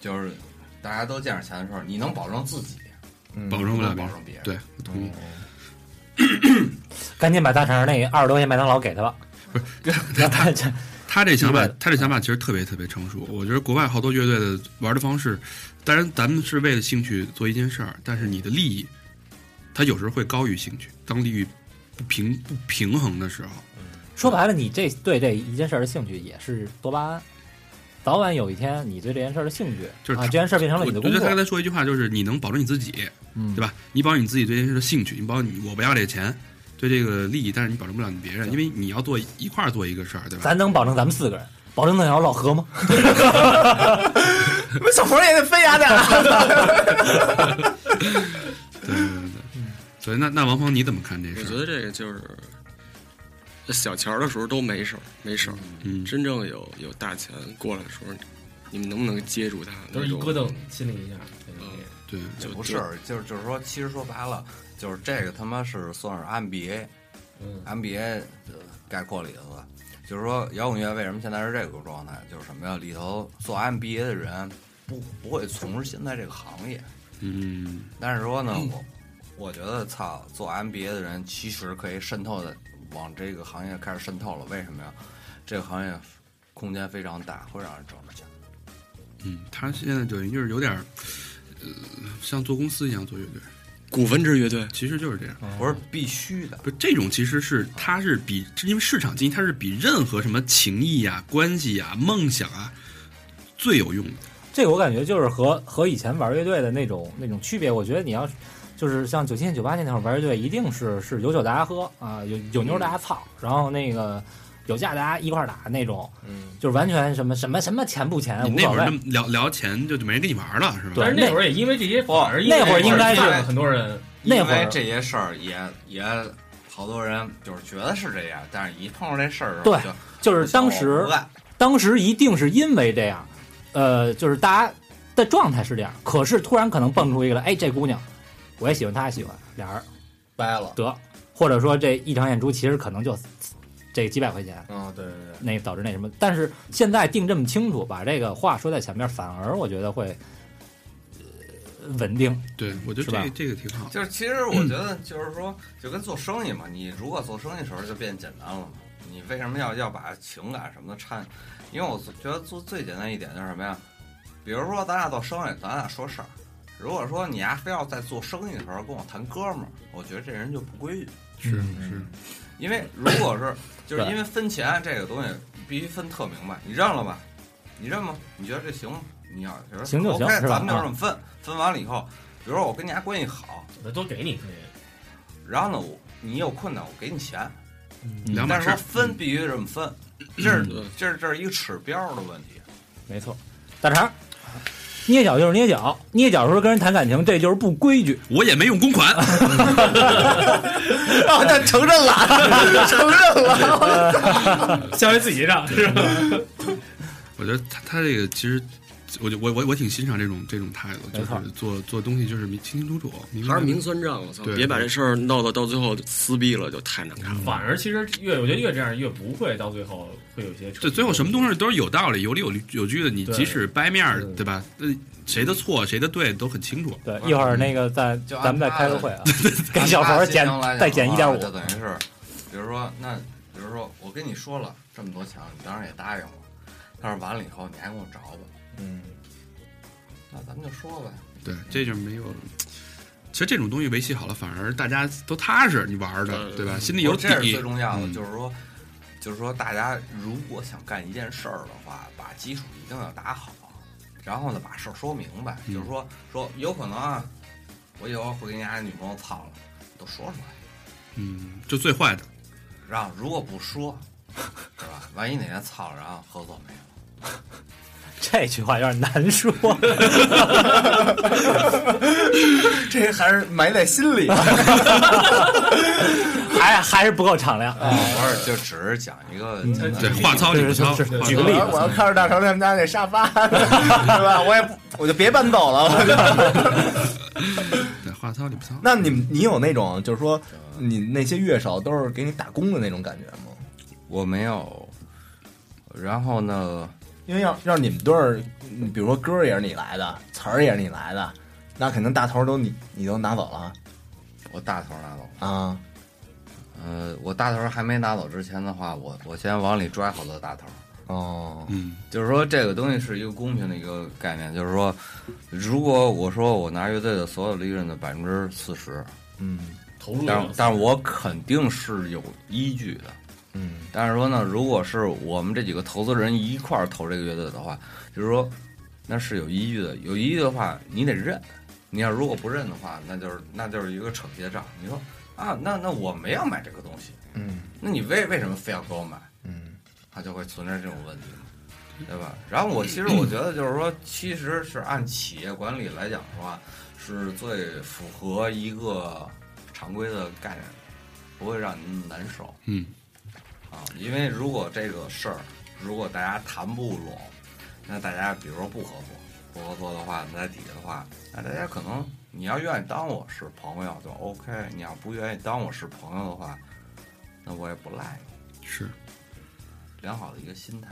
Speaker 6: 就是大家都见着钱的时候，你能保证自己，
Speaker 5: 嗯，
Speaker 2: 保证不了
Speaker 6: 不
Speaker 2: 别人
Speaker 6: 能保，证别人。嗯
Speaker 2: 对，我同意。
Speaker 4: 赶紧把大肠那二十多块钱麦当劳给他吧。不是，
Speaker 2: 他这想法
Speaker 4: 明白，
Speaker 2: 他这想法其实特别特别成熟。我觉得国外好多乐队的玩的方式，当然咱们是为了兴趣做一件事儿，但是你的利益，它有时候会高于兴趣。当利益不平不平衡的时候，
Speaker 4: 说白了，你这对这一件事儿的兴趣也是多巴胺，早晚有一天你对这件事儿的兴趣，
Speaker 2: 就是
Speaker 4: 啊，
Speaker 2: 他
Speaker 4: 这件事儿变成了
Speaker 2: 我
Speaker 4: 你的
Speaker 2: 觉
Speaker 4: 工
Speaker 2: 得他
Speaker 4: 作
Speaker 2: 刚。才说一句话，就是你能保证你自己，
Speaker 5: 嗯
Speaker 2: 对吧？你保证你自己对这件事的兴趣，你保证你我不要这个钱，对这个利益，但是你保证不了你别人，因为你要做一块儿做一个事儿，对吧？
Speaker 4: 咱能保证咱们四个人，保证那条老何吗？
Speaker 5: 那小佛也得飞牙的。
Speaker 2: 对对对对。
Speaker 4: 嗯
Speaker 2: 所以那那王鹏你怎么看这
Speaker 7: 我
Speaker 2: 事
Speaker 7: 觉
Speaker 2: 儿？
Speaker 7: 得这个就是小钱儿的时候都没事儿，没事儿。
Speaker 2: 嗯，
Speaker 7: 真正有有大钱过来的时候，你们能不能接住他？
Speaker 3: 都是一
Speaker 2: 嗯
Speaker 7: 那种
Speaker 3: 咯噔，心里一下，
Speaker 2: 对，
Speaker 6: 也
Speaker 7: 就
Speaker 6: 不，
Speaker 7: 就是
Speaker 6: 就是就是说，其实说白了，就是这个他妈是算是 MBA，
Speaker 3: 嗯
Speaker 6: MBA 呃概括里头的，就是说摇滚乐为什么现在是这个状态，就是什么呀？里头做 MBA 的人不不会从事现在这个行业，
Speaker 2: 嗯，
Speaker 6: 但是说呢，我我觉得操，做 MBA 的人其实可以渗透的往这个行业开始渗透了。为什么呀？这个行业空间非常大，会让人挣着钱。
Speaker 2: 嗯，他现在等于就是有点儿，呃，像做公司一样做乐队，
Speaker 7: 古文制乐队，
Speaker 2: 其实就是这
Speaker 4: 嗯
Speaker 2: 样。
Speaker 6: 不是必须的，
Speaker 2: 不，这种其实是它是比，因为市场经济它是比任何什么情谊呀、关系呀、梦想啊最有用的。
Speaker 4: 这个我感觉就是和和以前玩乐队的那种那种区别。我觉得你要是就是像九七年、九八年那会儿玩乐队，一定是是有酒大家喝啊，有有妞大家操，然后那个有架大家一块儿打那种，
Speaker 6: 嗯，
Speaker 4: 就是完全什么什么什么钱不钱
Speaker 2: 你
Speaker 4: 哎无
Speaker 2: 那
Speaker 4: 所
Speaker 2: 会儿那
Speaker 4: 谓。
Speaker 2: 么聊聊钱就就没人跟你玩了，是吧？
Speaker 3: 但是
Speaker 4: 对
Speaker 3: 那会儿也因为这些，反而因为
Speaker 4: 那会儿应该是
Speaker 3: 这样很多人，
Speaker 2: 嗯
Speaker 4: 那
Speaker 6: 因
Speaker 4: 会儿
Speaker 6: 为这些事儿也也好多人就是觉得是这样，但是一碰上这事儿的时候
Speaker 4: 对就是当
Speaker 6: 就
Speaker 4: 时
Speaker 6: 不干
Speaker 4: 当时一定是因为这样，呃，就是大家的状态是这样，可是突然可能蹦出一个来，哎，这姑娘我也喜欢，她也喜欢，俩人
Speaker 6: 掰了。
Speaker 4: 得，或者说这一场演出其实可能就这几百块钱，
Speaker 6: 嗯，对对对，
Speaker 4: 那导致那什么。但是现在定这么清楚，把这个话说在前面，反而我觉得会、呃稳定。
Speaker 2: 对，我觉得
Speaker 4: 是吧
Speaker 2: 这个这个挺好。
Speaker 6: 就是其实我觉得就是说，就跟做生意嘛，你如果做生意的时候就变简单了嘛，你为什么要要把情感什么的掺？因为我觉得做最简单一点就是什么呀？比如说咱俩做生意，咱俩说事儿。如果说你呀非要在做生意的时候跟我谈哥们儿，我觉得这人就不规
Speaker 2: 是
Speaker 6: 矩。
Speaker 2: 是，
Speaker 6: 因为如 果是就是因为分钱这个东西必须分特明白，你认了吧？你认吗？你觉得这行吗？你要觉得
Speaker 4: 行就行
Speaker 6: OK，
Speaker 4: 是吧嗯
Speaker 6: 咱们就这么分，分完了以后，比如说我跟你家关系好，
Speaker 3: 我多给你可以。
Speaker 6: 然后呢，我你有困难我给你钱，
Speaker 2: 嗯两码
Speaker 6: 但是
Speaker 2: 事
Speaker 6: 说
Speaker 2: 儿。
Speaker 6: 分必须这么分，这是
Speaker 7: 嗯
Speaker 6: 这是这是一个指标的问题。
Speaker 4: 没错，大肠捏脚就是捏脚，捏脚的时候跟人谈感情，这就是不规矩。
Speaker 2: 我也没用公款，
Speaker 5: 啊，那承认了，承认了。
Speaker 3: 下回自己让是吧？
Speaker 2: 我觉得他他这个其实，我就我我我挺欣赏这种这种态度，就
Speaker 4: 没错
Speaker 2: 是做做东西就是明清清楚楚，明白
Speaker 7: 还是明算账，我操！
Speaker 2: 嗯对
Speaker 7: 别把这事儿闹到到最后撕逼了，就太难看了。
Speaker 3: 反而其实越我觉得越这样越不会到最后会有一些
Speaker 2: 对，最后什么东西都是有道理、有理有理有据的。你
Speaker 3: 对
Speaker 2: 即使掰面儿，
Speaker 3: 对
Speaker 2: 对吧？呃，谁的错、谁的对都很清楚。
Speaker 4: 对，一会儿那个在
Speaker 6: 就
Speaker 4: 咱们再
Speaker 6: 按他
Speaker 4: 开个
Speaker 6: 的
Speaker 4: 会啊，给小佛减再减一点五
Speaker 6: 啊就。等于是，比如说那，比如说我跟你说了这么多钱，你当然也答应我，但是完了以后你还跟我找吧，
Speaker 5: 嗯，
Speaker 6: 那咱们就说呗。
Speaker 2: 对，这就没有。其实这种东西维系好了，反而大家都踏实，你玩儿的，
Speaker 7: 对
Speaker 2: 对吧？
Speaker 7: 对
Speaker 2: 心里
Speaker 6: 我
Speaker 2: 有
Speaker 6: 这是
Speaker 2: 底
Speaker 6: 最。重要的，
Speaker 2: 嗯
Speaker 6: 就是说，就是说，大家如果想干一件事儿的话，把基础一定要打好，然后呢，把事儿说明白，
Speaker 2: 嗯
Speaker 6: 就是说，说有可能啊，我以后会跟人家女朋友操了，都说出来，
Speaker 2: 嗯，就最坏的，
Speaker 6: 然后如果不说，是吧？万一哪天操了，然后合作没了。
Speaker 4: 这句话有点难说，
Speaker 5: 这还是 埋在心里。
Speaker 4: 还还是不够敞亮。
Speaker 6: 不是，就只是讲一个简单的
Speaker 2: 对，话糙理不糙。
Speaker 4: 是是是
Speaker 2: 话
Speaker 4: 举个
Speaker 5: 我
Speaker 2: 糙
Speaker 4: 例
Speaker 5: 要
Speaker 4: 子
Speaker 5: 我要看着大成他们家那沙发， 是吧？我也不，我就别搬走了。 我就
Speaker 2: 对，话糙理不糙。
Speaker 5: 那你们你有那种就是说，你那些乐手都是给你打工的那种感觉吗？
Speaker 6: 我没有。然后呢，
Speaker 5: 因为要要是你们队儿，嗯比如说歌儿也是你来的，词儿也是你来的，那肯定大头都你你都拿走了
Speaker 6: 我大头拿走了。
Speaker 5: 啊。
Speaker 6: 呃，我大头还没拿走之前的话，我我先往里拽好多大头。
Speaker 5: 哦，
Speaker 2: 嗯，
Speaker 6: 就是说这个东西是一个公平的一个概念，就是说，如果我说我拿乐队的所有利润的百分之四十，
Speaker 5: 嗯
Speaker 3: 投入
Speaker 6: 但但我肯定是有依据的。
Speaker 5: 嗯
Speaker 6: 但是说呢，如果是我们这几个投资人一块儿投这个乐队的话，就是说那是有依据的。有依据的话，你得认。你要如果不认的话，那就是那就是一个扯皮的账。你说啊，那那我没要买这个东西，
Speaker 5: 嗯
Speaker 6: 那你为为什么非要给我买？
Speaker 5: 嗯，
Speaker 6: 他就会存在这种问题嘛，对吧？然后我其实我觉得就是说，其实是按企业管理来讲的话，是最符合一个常规的概念，不会让您难受。
Speaker 2: 嗯，
Speaker 6: 啊，因为如果这个事儿如果大家谈不拢，那大家比如说不合作，不合作的话，你在底下的话，那大家可能你要愿意当我是朋友就 OK，你要不愿意当我是朋友的话，那我也不赖你。
Speaker 2: 是，
Speaker 6: 良好的一个心态，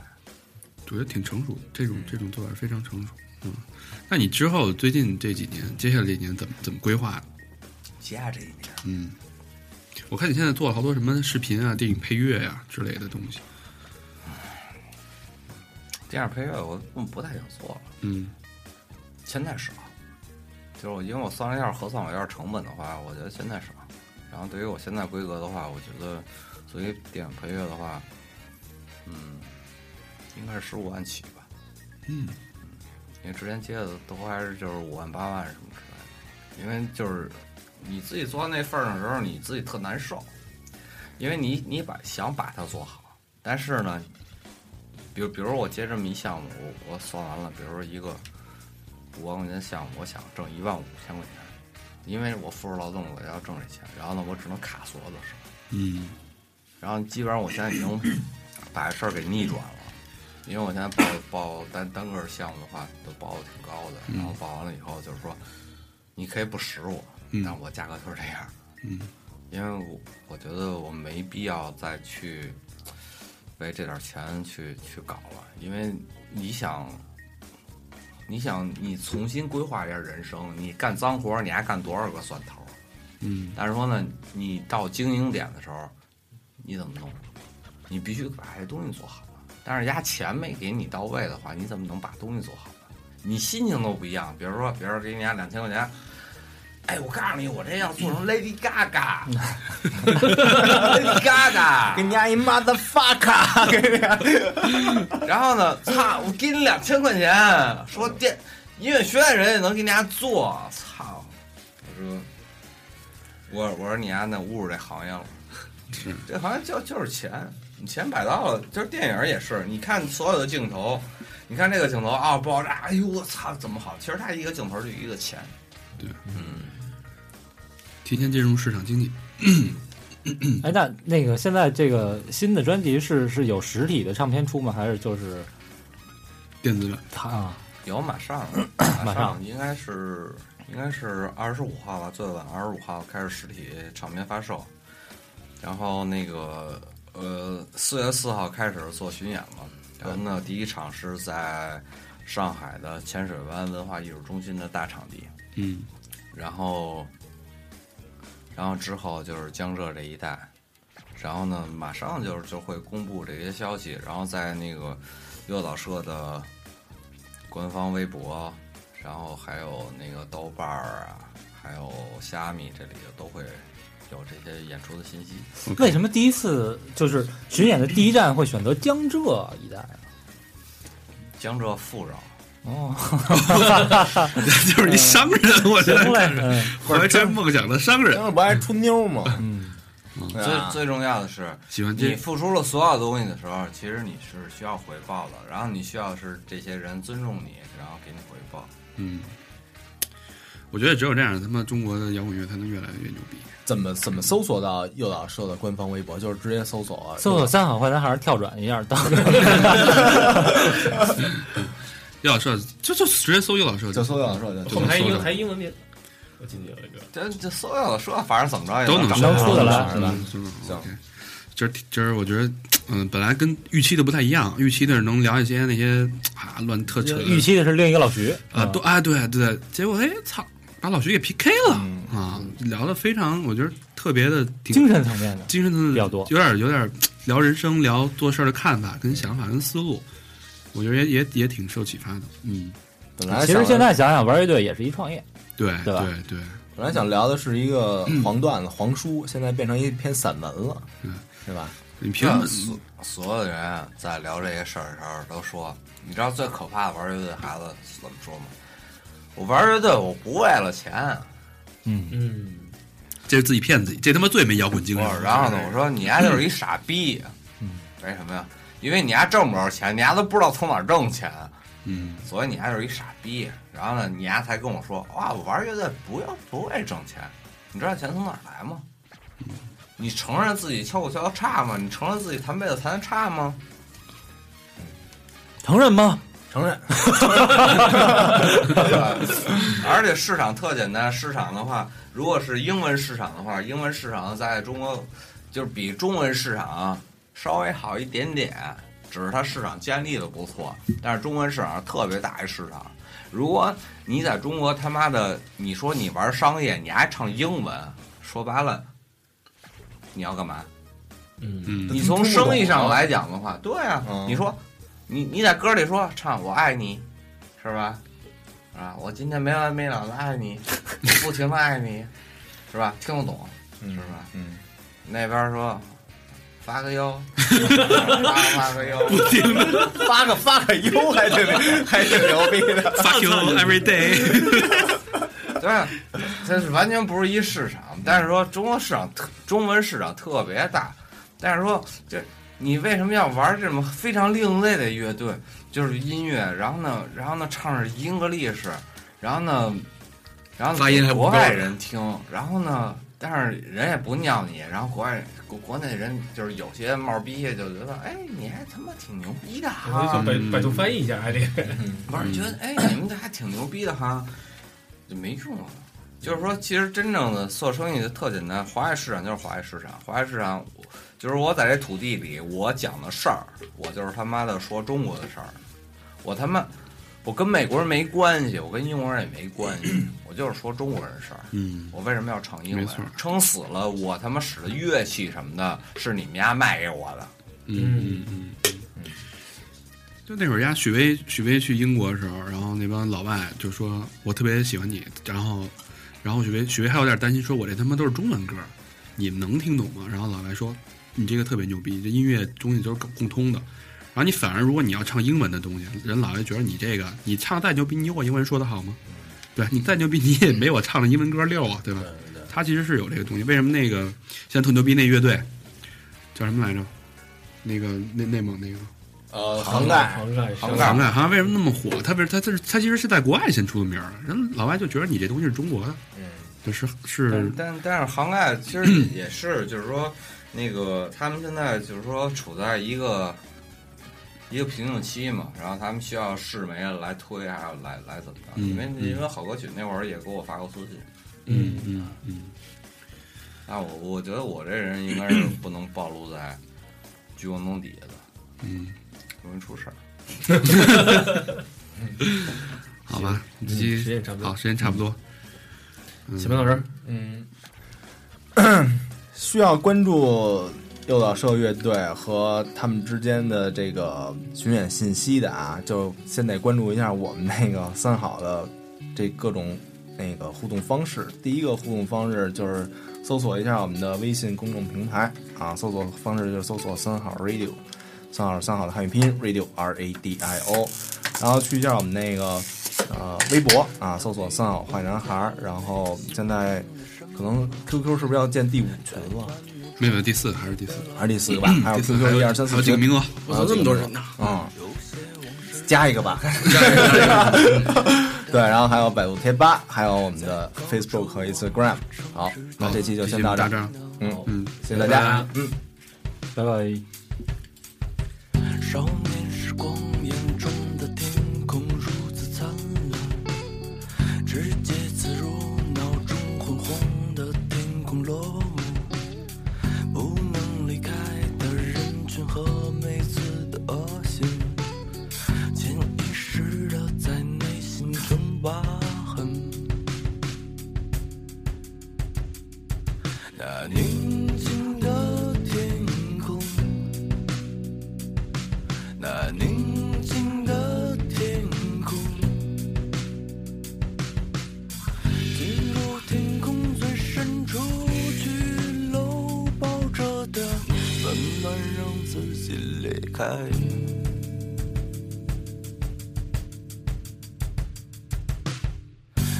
Speaker 2: 我觉得挺成熟的，这种这种做法非常成熟。嗯，那你之后最近这几年，接下来这几年怎么怎么规划的？
Speaker 6: 接下这一点。
Speaker 2: 嗯，我看你现在做了好多什么视频啊、电影配乐呀、之类的东西。
Speaker 6: 电影配乐我不不太想做了，
Speaker 2: 嗯，
Speaker 6: 现在少。就是我因为我算了一下核算我要是成本的话，我觉得现在少。然后对于我现在规格的话，我觉得作为电影配乐的话，嗯，应该是十五万起吧。
Speaker 2: 嗯，
Speaker 6: 因为之前接的都还是就是五万八万什么之类的，因为就是你自己做到那份儿上的时候，你自己特难受，因为你你把想把它做好，但是呢，比如比如我接这么一项目，我我算完了，比如说一个五万块钱项目，我想挣一万五千块钱，因为我付出劳动，我要挣这钱，然后呢，我只能卡所有的事儿，
Speaker 2: 嗯，
Speaker 6: 然后基本上我现在已经把事儿给逆转了，因为我现在报报单单个儿项目的话，都报的挺高的，然后报完了以后就是说，你可以不识我，
Speaker 2: 嗯
Speaker 6: 但我价格就是这样，
Speaker 2: 嗯，
Speaker 6: 因为我我觉得我没必要再去为这点钱去去搞了，因为你想。你想，你重新规划一下人生，你干脏活儿，你还干多少个蒜头儿？
Speaker 2: 嗯，
Speaker 6: 但是说呢，你到经营点的时候，你怎么弄？你必须把这东西做好了。但是压钱没给你到位的话，你怎么能把东西做好呢？你心情都不一样。比如说，比如说给你压两千块钱，哎，我告诉你，我这要做成 Lady Gaga，Lady Gaga，
Speaker 5: 给你家一 motherfucker，给你
Speaker 6: 然后呢，操，我给你两千块钱，说电音乐学院人也能给你家做，操！我说，我我说你丫那侮辱这行业了，
Speaker 2: 是
Speaker 6: 这行业就就是钱，你钱摆到了，就是电影也是，你看所有的镜头，你看这个镜头啊、爆炸，哎呦我操，怎么好？其实它一个镜头就一个钱，
Speaker 2: 对，
Speaker 6: 嗯，
Speaker 2: 提前进入市场经济。
Speaker 4: 哎，那那个现在这个新的专辑是是有实体的唱片出吗？还是就是
Speaker 2: 电子版，
Speaker 4: 它啊？
Speaker 6: 有马上
Speaker 4: 马上
Speaker 6: 应该是应该是二十五号吧，最晚二十五号开始实体唱片发售，然后那个呃四月四号开始做巡演嘛，然后呢第一场是在上海的浅水湾文化艺术中心的大场地，
Speaker 2: 嗯，
Speaker 6: 然后，然后之后就是江浙这一带，然后呢，马上就是就会公布这些消息，然后在那个诱导社的官方微博，然后还有那个豆瓣儿啊，还有虾米这里都会有这些演出的信息。
Speaker 4: 为什么第一次就是巡演的第一站会选择江浙一带？
Speaker 6: 江浙富饶，
Speaker 4: 哦，
Speaker 2: 就是一商人，我觉
Speaker 4: 行
Speaker 2: 得
Speaker 4: 嘞，嗯
Speaker 2: 怀揣梦想的商人，
Speaker 5: 当时不还吹妞吗？
Speaker 4: 嗯，
Speaker 5: 对
Speaker 6: 最
Speaker 5: 啊
Speaker 6: 最重要的是，
Speaker 2: 喜欢
Speaker 6: 你
Speaker 2: 这
Speaker 6: 付出了所有东西的时候，其实你是需要回报的，然后你需要是这些人尊重你，然后给你回报。
Speaker 2: 嗯，我觉得只有这样，他妈中国的摇滚乐才能越来越牛逼。
Speaker 5: 怎么怎么搜索到诱导社的官方微博？就是直接搜索啊
Speaker 4: 搜索三好坏男孩跳转一 下，当
Speaker 2: 诱导社就就直接搜诱导社，
Speaker 5: 就搜诱导社
Speaker 2: 就
Speaker 5: 就就
Speaker 3: 后面还
Speaker 2: 搜
Speaker 3: 英
Speaker 2: 到
Speaker 3: 还英文名，我记得有一个。
Speaker 6: 这这所有的说，反正怎么着也
Speaker 2: 都能
Speaker 6: 找
Speaker 2: 上
Speaker 6: 着
Speaker 4: 搜得来
Speaker 5: 是吧？
Speaker 2: 嗯
Speaker 5: 行
Speaker 2: OK 今儿今儿我觉得，嗯，本来跟预期的不太一样，预期的是能聊一些那些啊乱特扯的
Speaker 4: 预期的是另一个老徐嗯
Speaker 2: 啊，都啊对对，结果哎操，把老徐给 PK 了啊，聊的非常，我觉得特别的挺
Speaker 4: 精神层面的，
Speaker 2: 精神层面
Speaker 4: 比较多
Speaker 2: 有点有点聊人生、聊做事儿的看法、跟想法、跟思路，我觉得也也也挺受启发的。嗯，
Speaker 5: 本来
Speaker 4: 其
Speaker 5: 想
Speaker 4: 实现在想想，玩乐队也是一创业，
Speaker 2: 对
Speaker 4: 对吧
Speaker 2: 对对，
Speaker 5: 本来想聊的是一个 黄段子、黄书，现在变成一篇散文了，
Speaker 2: 嗯
Speaker 5: 对吧？
Speaker 2: 你凭什
Speaker 6: 那
Speaker 2: 么
Speaker 6: 所所有的人在聊这些事儿的时候都说，你知道最可怕的玩乐队的孩子是怎么说吗？我玩乐队，我不为了钱。
Speaker 3: 嗯，
Speaker 2: 这是自己骗自己？这他妈最没摇滚精
Speaker 6: 我
Speaker 2: 神了。
Speaker 6: 说然后呢，我说你丫就是一傻逼。
Speaker 2: 嗯
Speaker 6: 为什么呀？因为你丫挣不着钱，你丫都不知道从哪儿挣钱，
Speaker 2: 嗯，
Speaker 6: 所以你丫就是一傻逼。然后呢，你丫才跟我说，哇，我玩乐队不要不为挣钱，你知道钱从哪儿来吗？你承认自己敲鼓敲的差吗？你承认自己弹贝斯弹的差吗？
Speaker 4: 承认吗？
Speaker 5: 承认。
Speaker 6: 对吧？而且市场特简单，市场的话，如果是英文市场的话，英文市场在中国就是比中文市场稍微好一点点，只是它市场建立的不错，但是中文市场特别大一市场。如果你在中国他妈的，你说你玩商业，你还唱英文，说白了，你要干嘛？
Speaker 3: 嗯，
Speaker 2: 嗯，
Speaker 6: 你从生意上来讲的话，对啊，
Speaker 5: 嗯
Speaker 6: 你说，你你在歌里说唱“我爱你”，是吧？啊，我今天没完没了的爱 你，不停的爱你，是吧？听得懂，
Speaker 5: 嗯
Speaker 6: 是吧？
Speaker 5: 嗯，
Speaker 6: 那边说发个 腰，发发个腰，
Speaker 5: 发个发个优还挺还挺牛逼的。
Speaker 2: fuck you every day，
Speaker 6: 对，这是完全不是一市场。但是说中国市场特中文市场特别大，但是说这你为什么要玩这种非常另类的乐队，就是音乐，然后呢，然后呢唱着英格力士，然后呢，然后呢
Speaker 7: 发音还
Speaker 6: 给
Speaker 7: 不
Speaker 6: 国
Speaker 7: 标
Speaker 6: 外
Speaker 7: 准
Speaker 6: 人听，然后呢，但是人也不尿你，然后国外国国内人就是有些冒逼就觉得，哎，你还他妈挺牛逼的啊
Speaker 3: 我就
Speaker 6: 哈、
Speaker 3: 想百百度翻译一下，还得
Speaker 6: 不是觉得哎，
Speaker 2: 嗯
Speaker 6: 你们这还挺牛逼的哈，就没用啊。就是说，其实真正的做生意就特简单，华爱市场就是华爱市场，华爱市场，我就是我在这土地里，我讲的事儿，我就是他妈的说中国的事儿，我他妈，我跟美国人没关系，我跟英国人也没关 系，我就是说中国人的事儿。
Speaker 2: 嗯，
Speaker 6: 我为什么要唱英
Speaker 2: 没
Speaker 6: 文
Speaker 2: 错？
Speaker 6: 撑死了，我他妈使的乐器什么的，是你们家卖给我的。
Speaker 2: 嗯嗯嗯，就那会儿呀，许巍许巍去英国的时候，然后那帮老外就说我特别喜欢你，然后然后许巍许巍还有点担心，说我这他妈都是中文歌，你们能听懂吗？然后老外说你这个特别牛逼，这音乐东西都是共通的。然后你反而如果你要唱英文的东西，人老外觉得你这个你唱再牛逼，你有我英文说的好吗？对你再牛逼，你也没我唱的英文歌溜啊，对吧？他其实是有这个东西。为什么那个现在特牛逼那乐队叫什么来着？那个内内蒙那个
Speaker 5: 呃，涵盖
Speaker 3: 涵盖
Speaker 6: 涵
Speaker 3: 涵
Speaker 6: 盖
Speaker 2: 涵盖，好像为什么那么火？他不是他他是他其实是在国外先出的名儿，人老外就觉得你这东西是中国的，
Speaker 6: 嗯，
Speaker 2: 就是
Speaker 6: 但
Speaker 2: 是
Speaker 6: 但但是杭盖其 实也是，就是说，那个他们现在就是说处在一个一个瓶颈期嘛，然后他们需要世媒来推，还有来来怎么着？
Speaker 2: 嗯
Speaker 6: 因为
Speaker 2: 嗯
Speaker 6: 因为好歌曲那会儿也给我发过私信，
Speaker 2: 嗯嗯嗯，
Speaker 6: 但我我觉得我这人应该是不能暴露在 聚光灯底下的，
Speaker 2: 嗯，
Speaker 6: 容易出事儿。
Speaker 2: 好吧，这
Speaker 3: 时
Speaker 2: 期
Speaker 3: 间差不
Speaker 2: 好
Speaker 3: 多，
Speaker 2: 时间差不多，嗯
Speaker 3: 小明老师，
Speaker 5: 嗯，需要关注诱导社乐队和他们之间的这个巡演信息的啊，就先得关注一下我们那个三好的这各种那个互动方式。第一个互动方式就是搜索一下我们的微信公众平台啊，搜索方式就是搜索三好 radio，三好三好的汉语拼音 radio r a d i o，然后去一下我们那个呃微博啊，搜索三好坏男孩儿，然后现在。可能 QQ 是不是要建第五群了？
Speaker 2: 没有第四还是第四，
Speaker 5: 还是第四个吧？嗯还有
Speaker 2: 第四
Speaker 5: QQ 一
Speaker 2: 有
Speaker 5: 二三
Speaker 2: 嗯还
Speaker 5: 四
Speaker 2: 有几个
Speaker 5: 群，
Speaker 2: 名额，
Speaker 7: 我操，这么多人呢！
Speaker 5: 嗯，加一 个吧。对，然后还有百度贴吧，还有我们的 Facebook 和 Instagram。好，那啊这期就先到这
Speaker 2: 这
Speaker 5: 儿，
Speaker 2: 儿，
Speaker 5: 嗯，
Speaker 2: 嗯。
Speaker 5: 谢谢大家。
Speaker 4: 拜拜。
Speaker 8: 少年时光眼中的天空如此灿烂，直接刺入脑中昏黄的天空落幕。不能离开的人群和每次的恶行，潜意识的在内心中疤痕。那宁静的天空。那宁静的天空，进入天空最深处去搂抱着的温暖，让自己离开。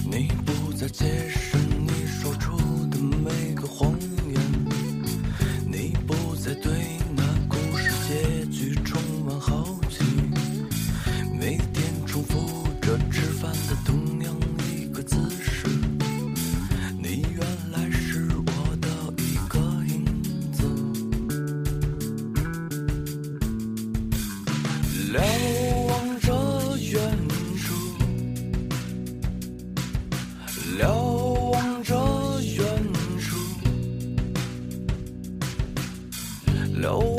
Speaker 8: 你不再解释你说出的每个谎言。你不再对那故事结局充满好奇，每天重复着吃饭的同样一个姿势。你原来是我的一个影子。瞭望着远
Speaker 6: 留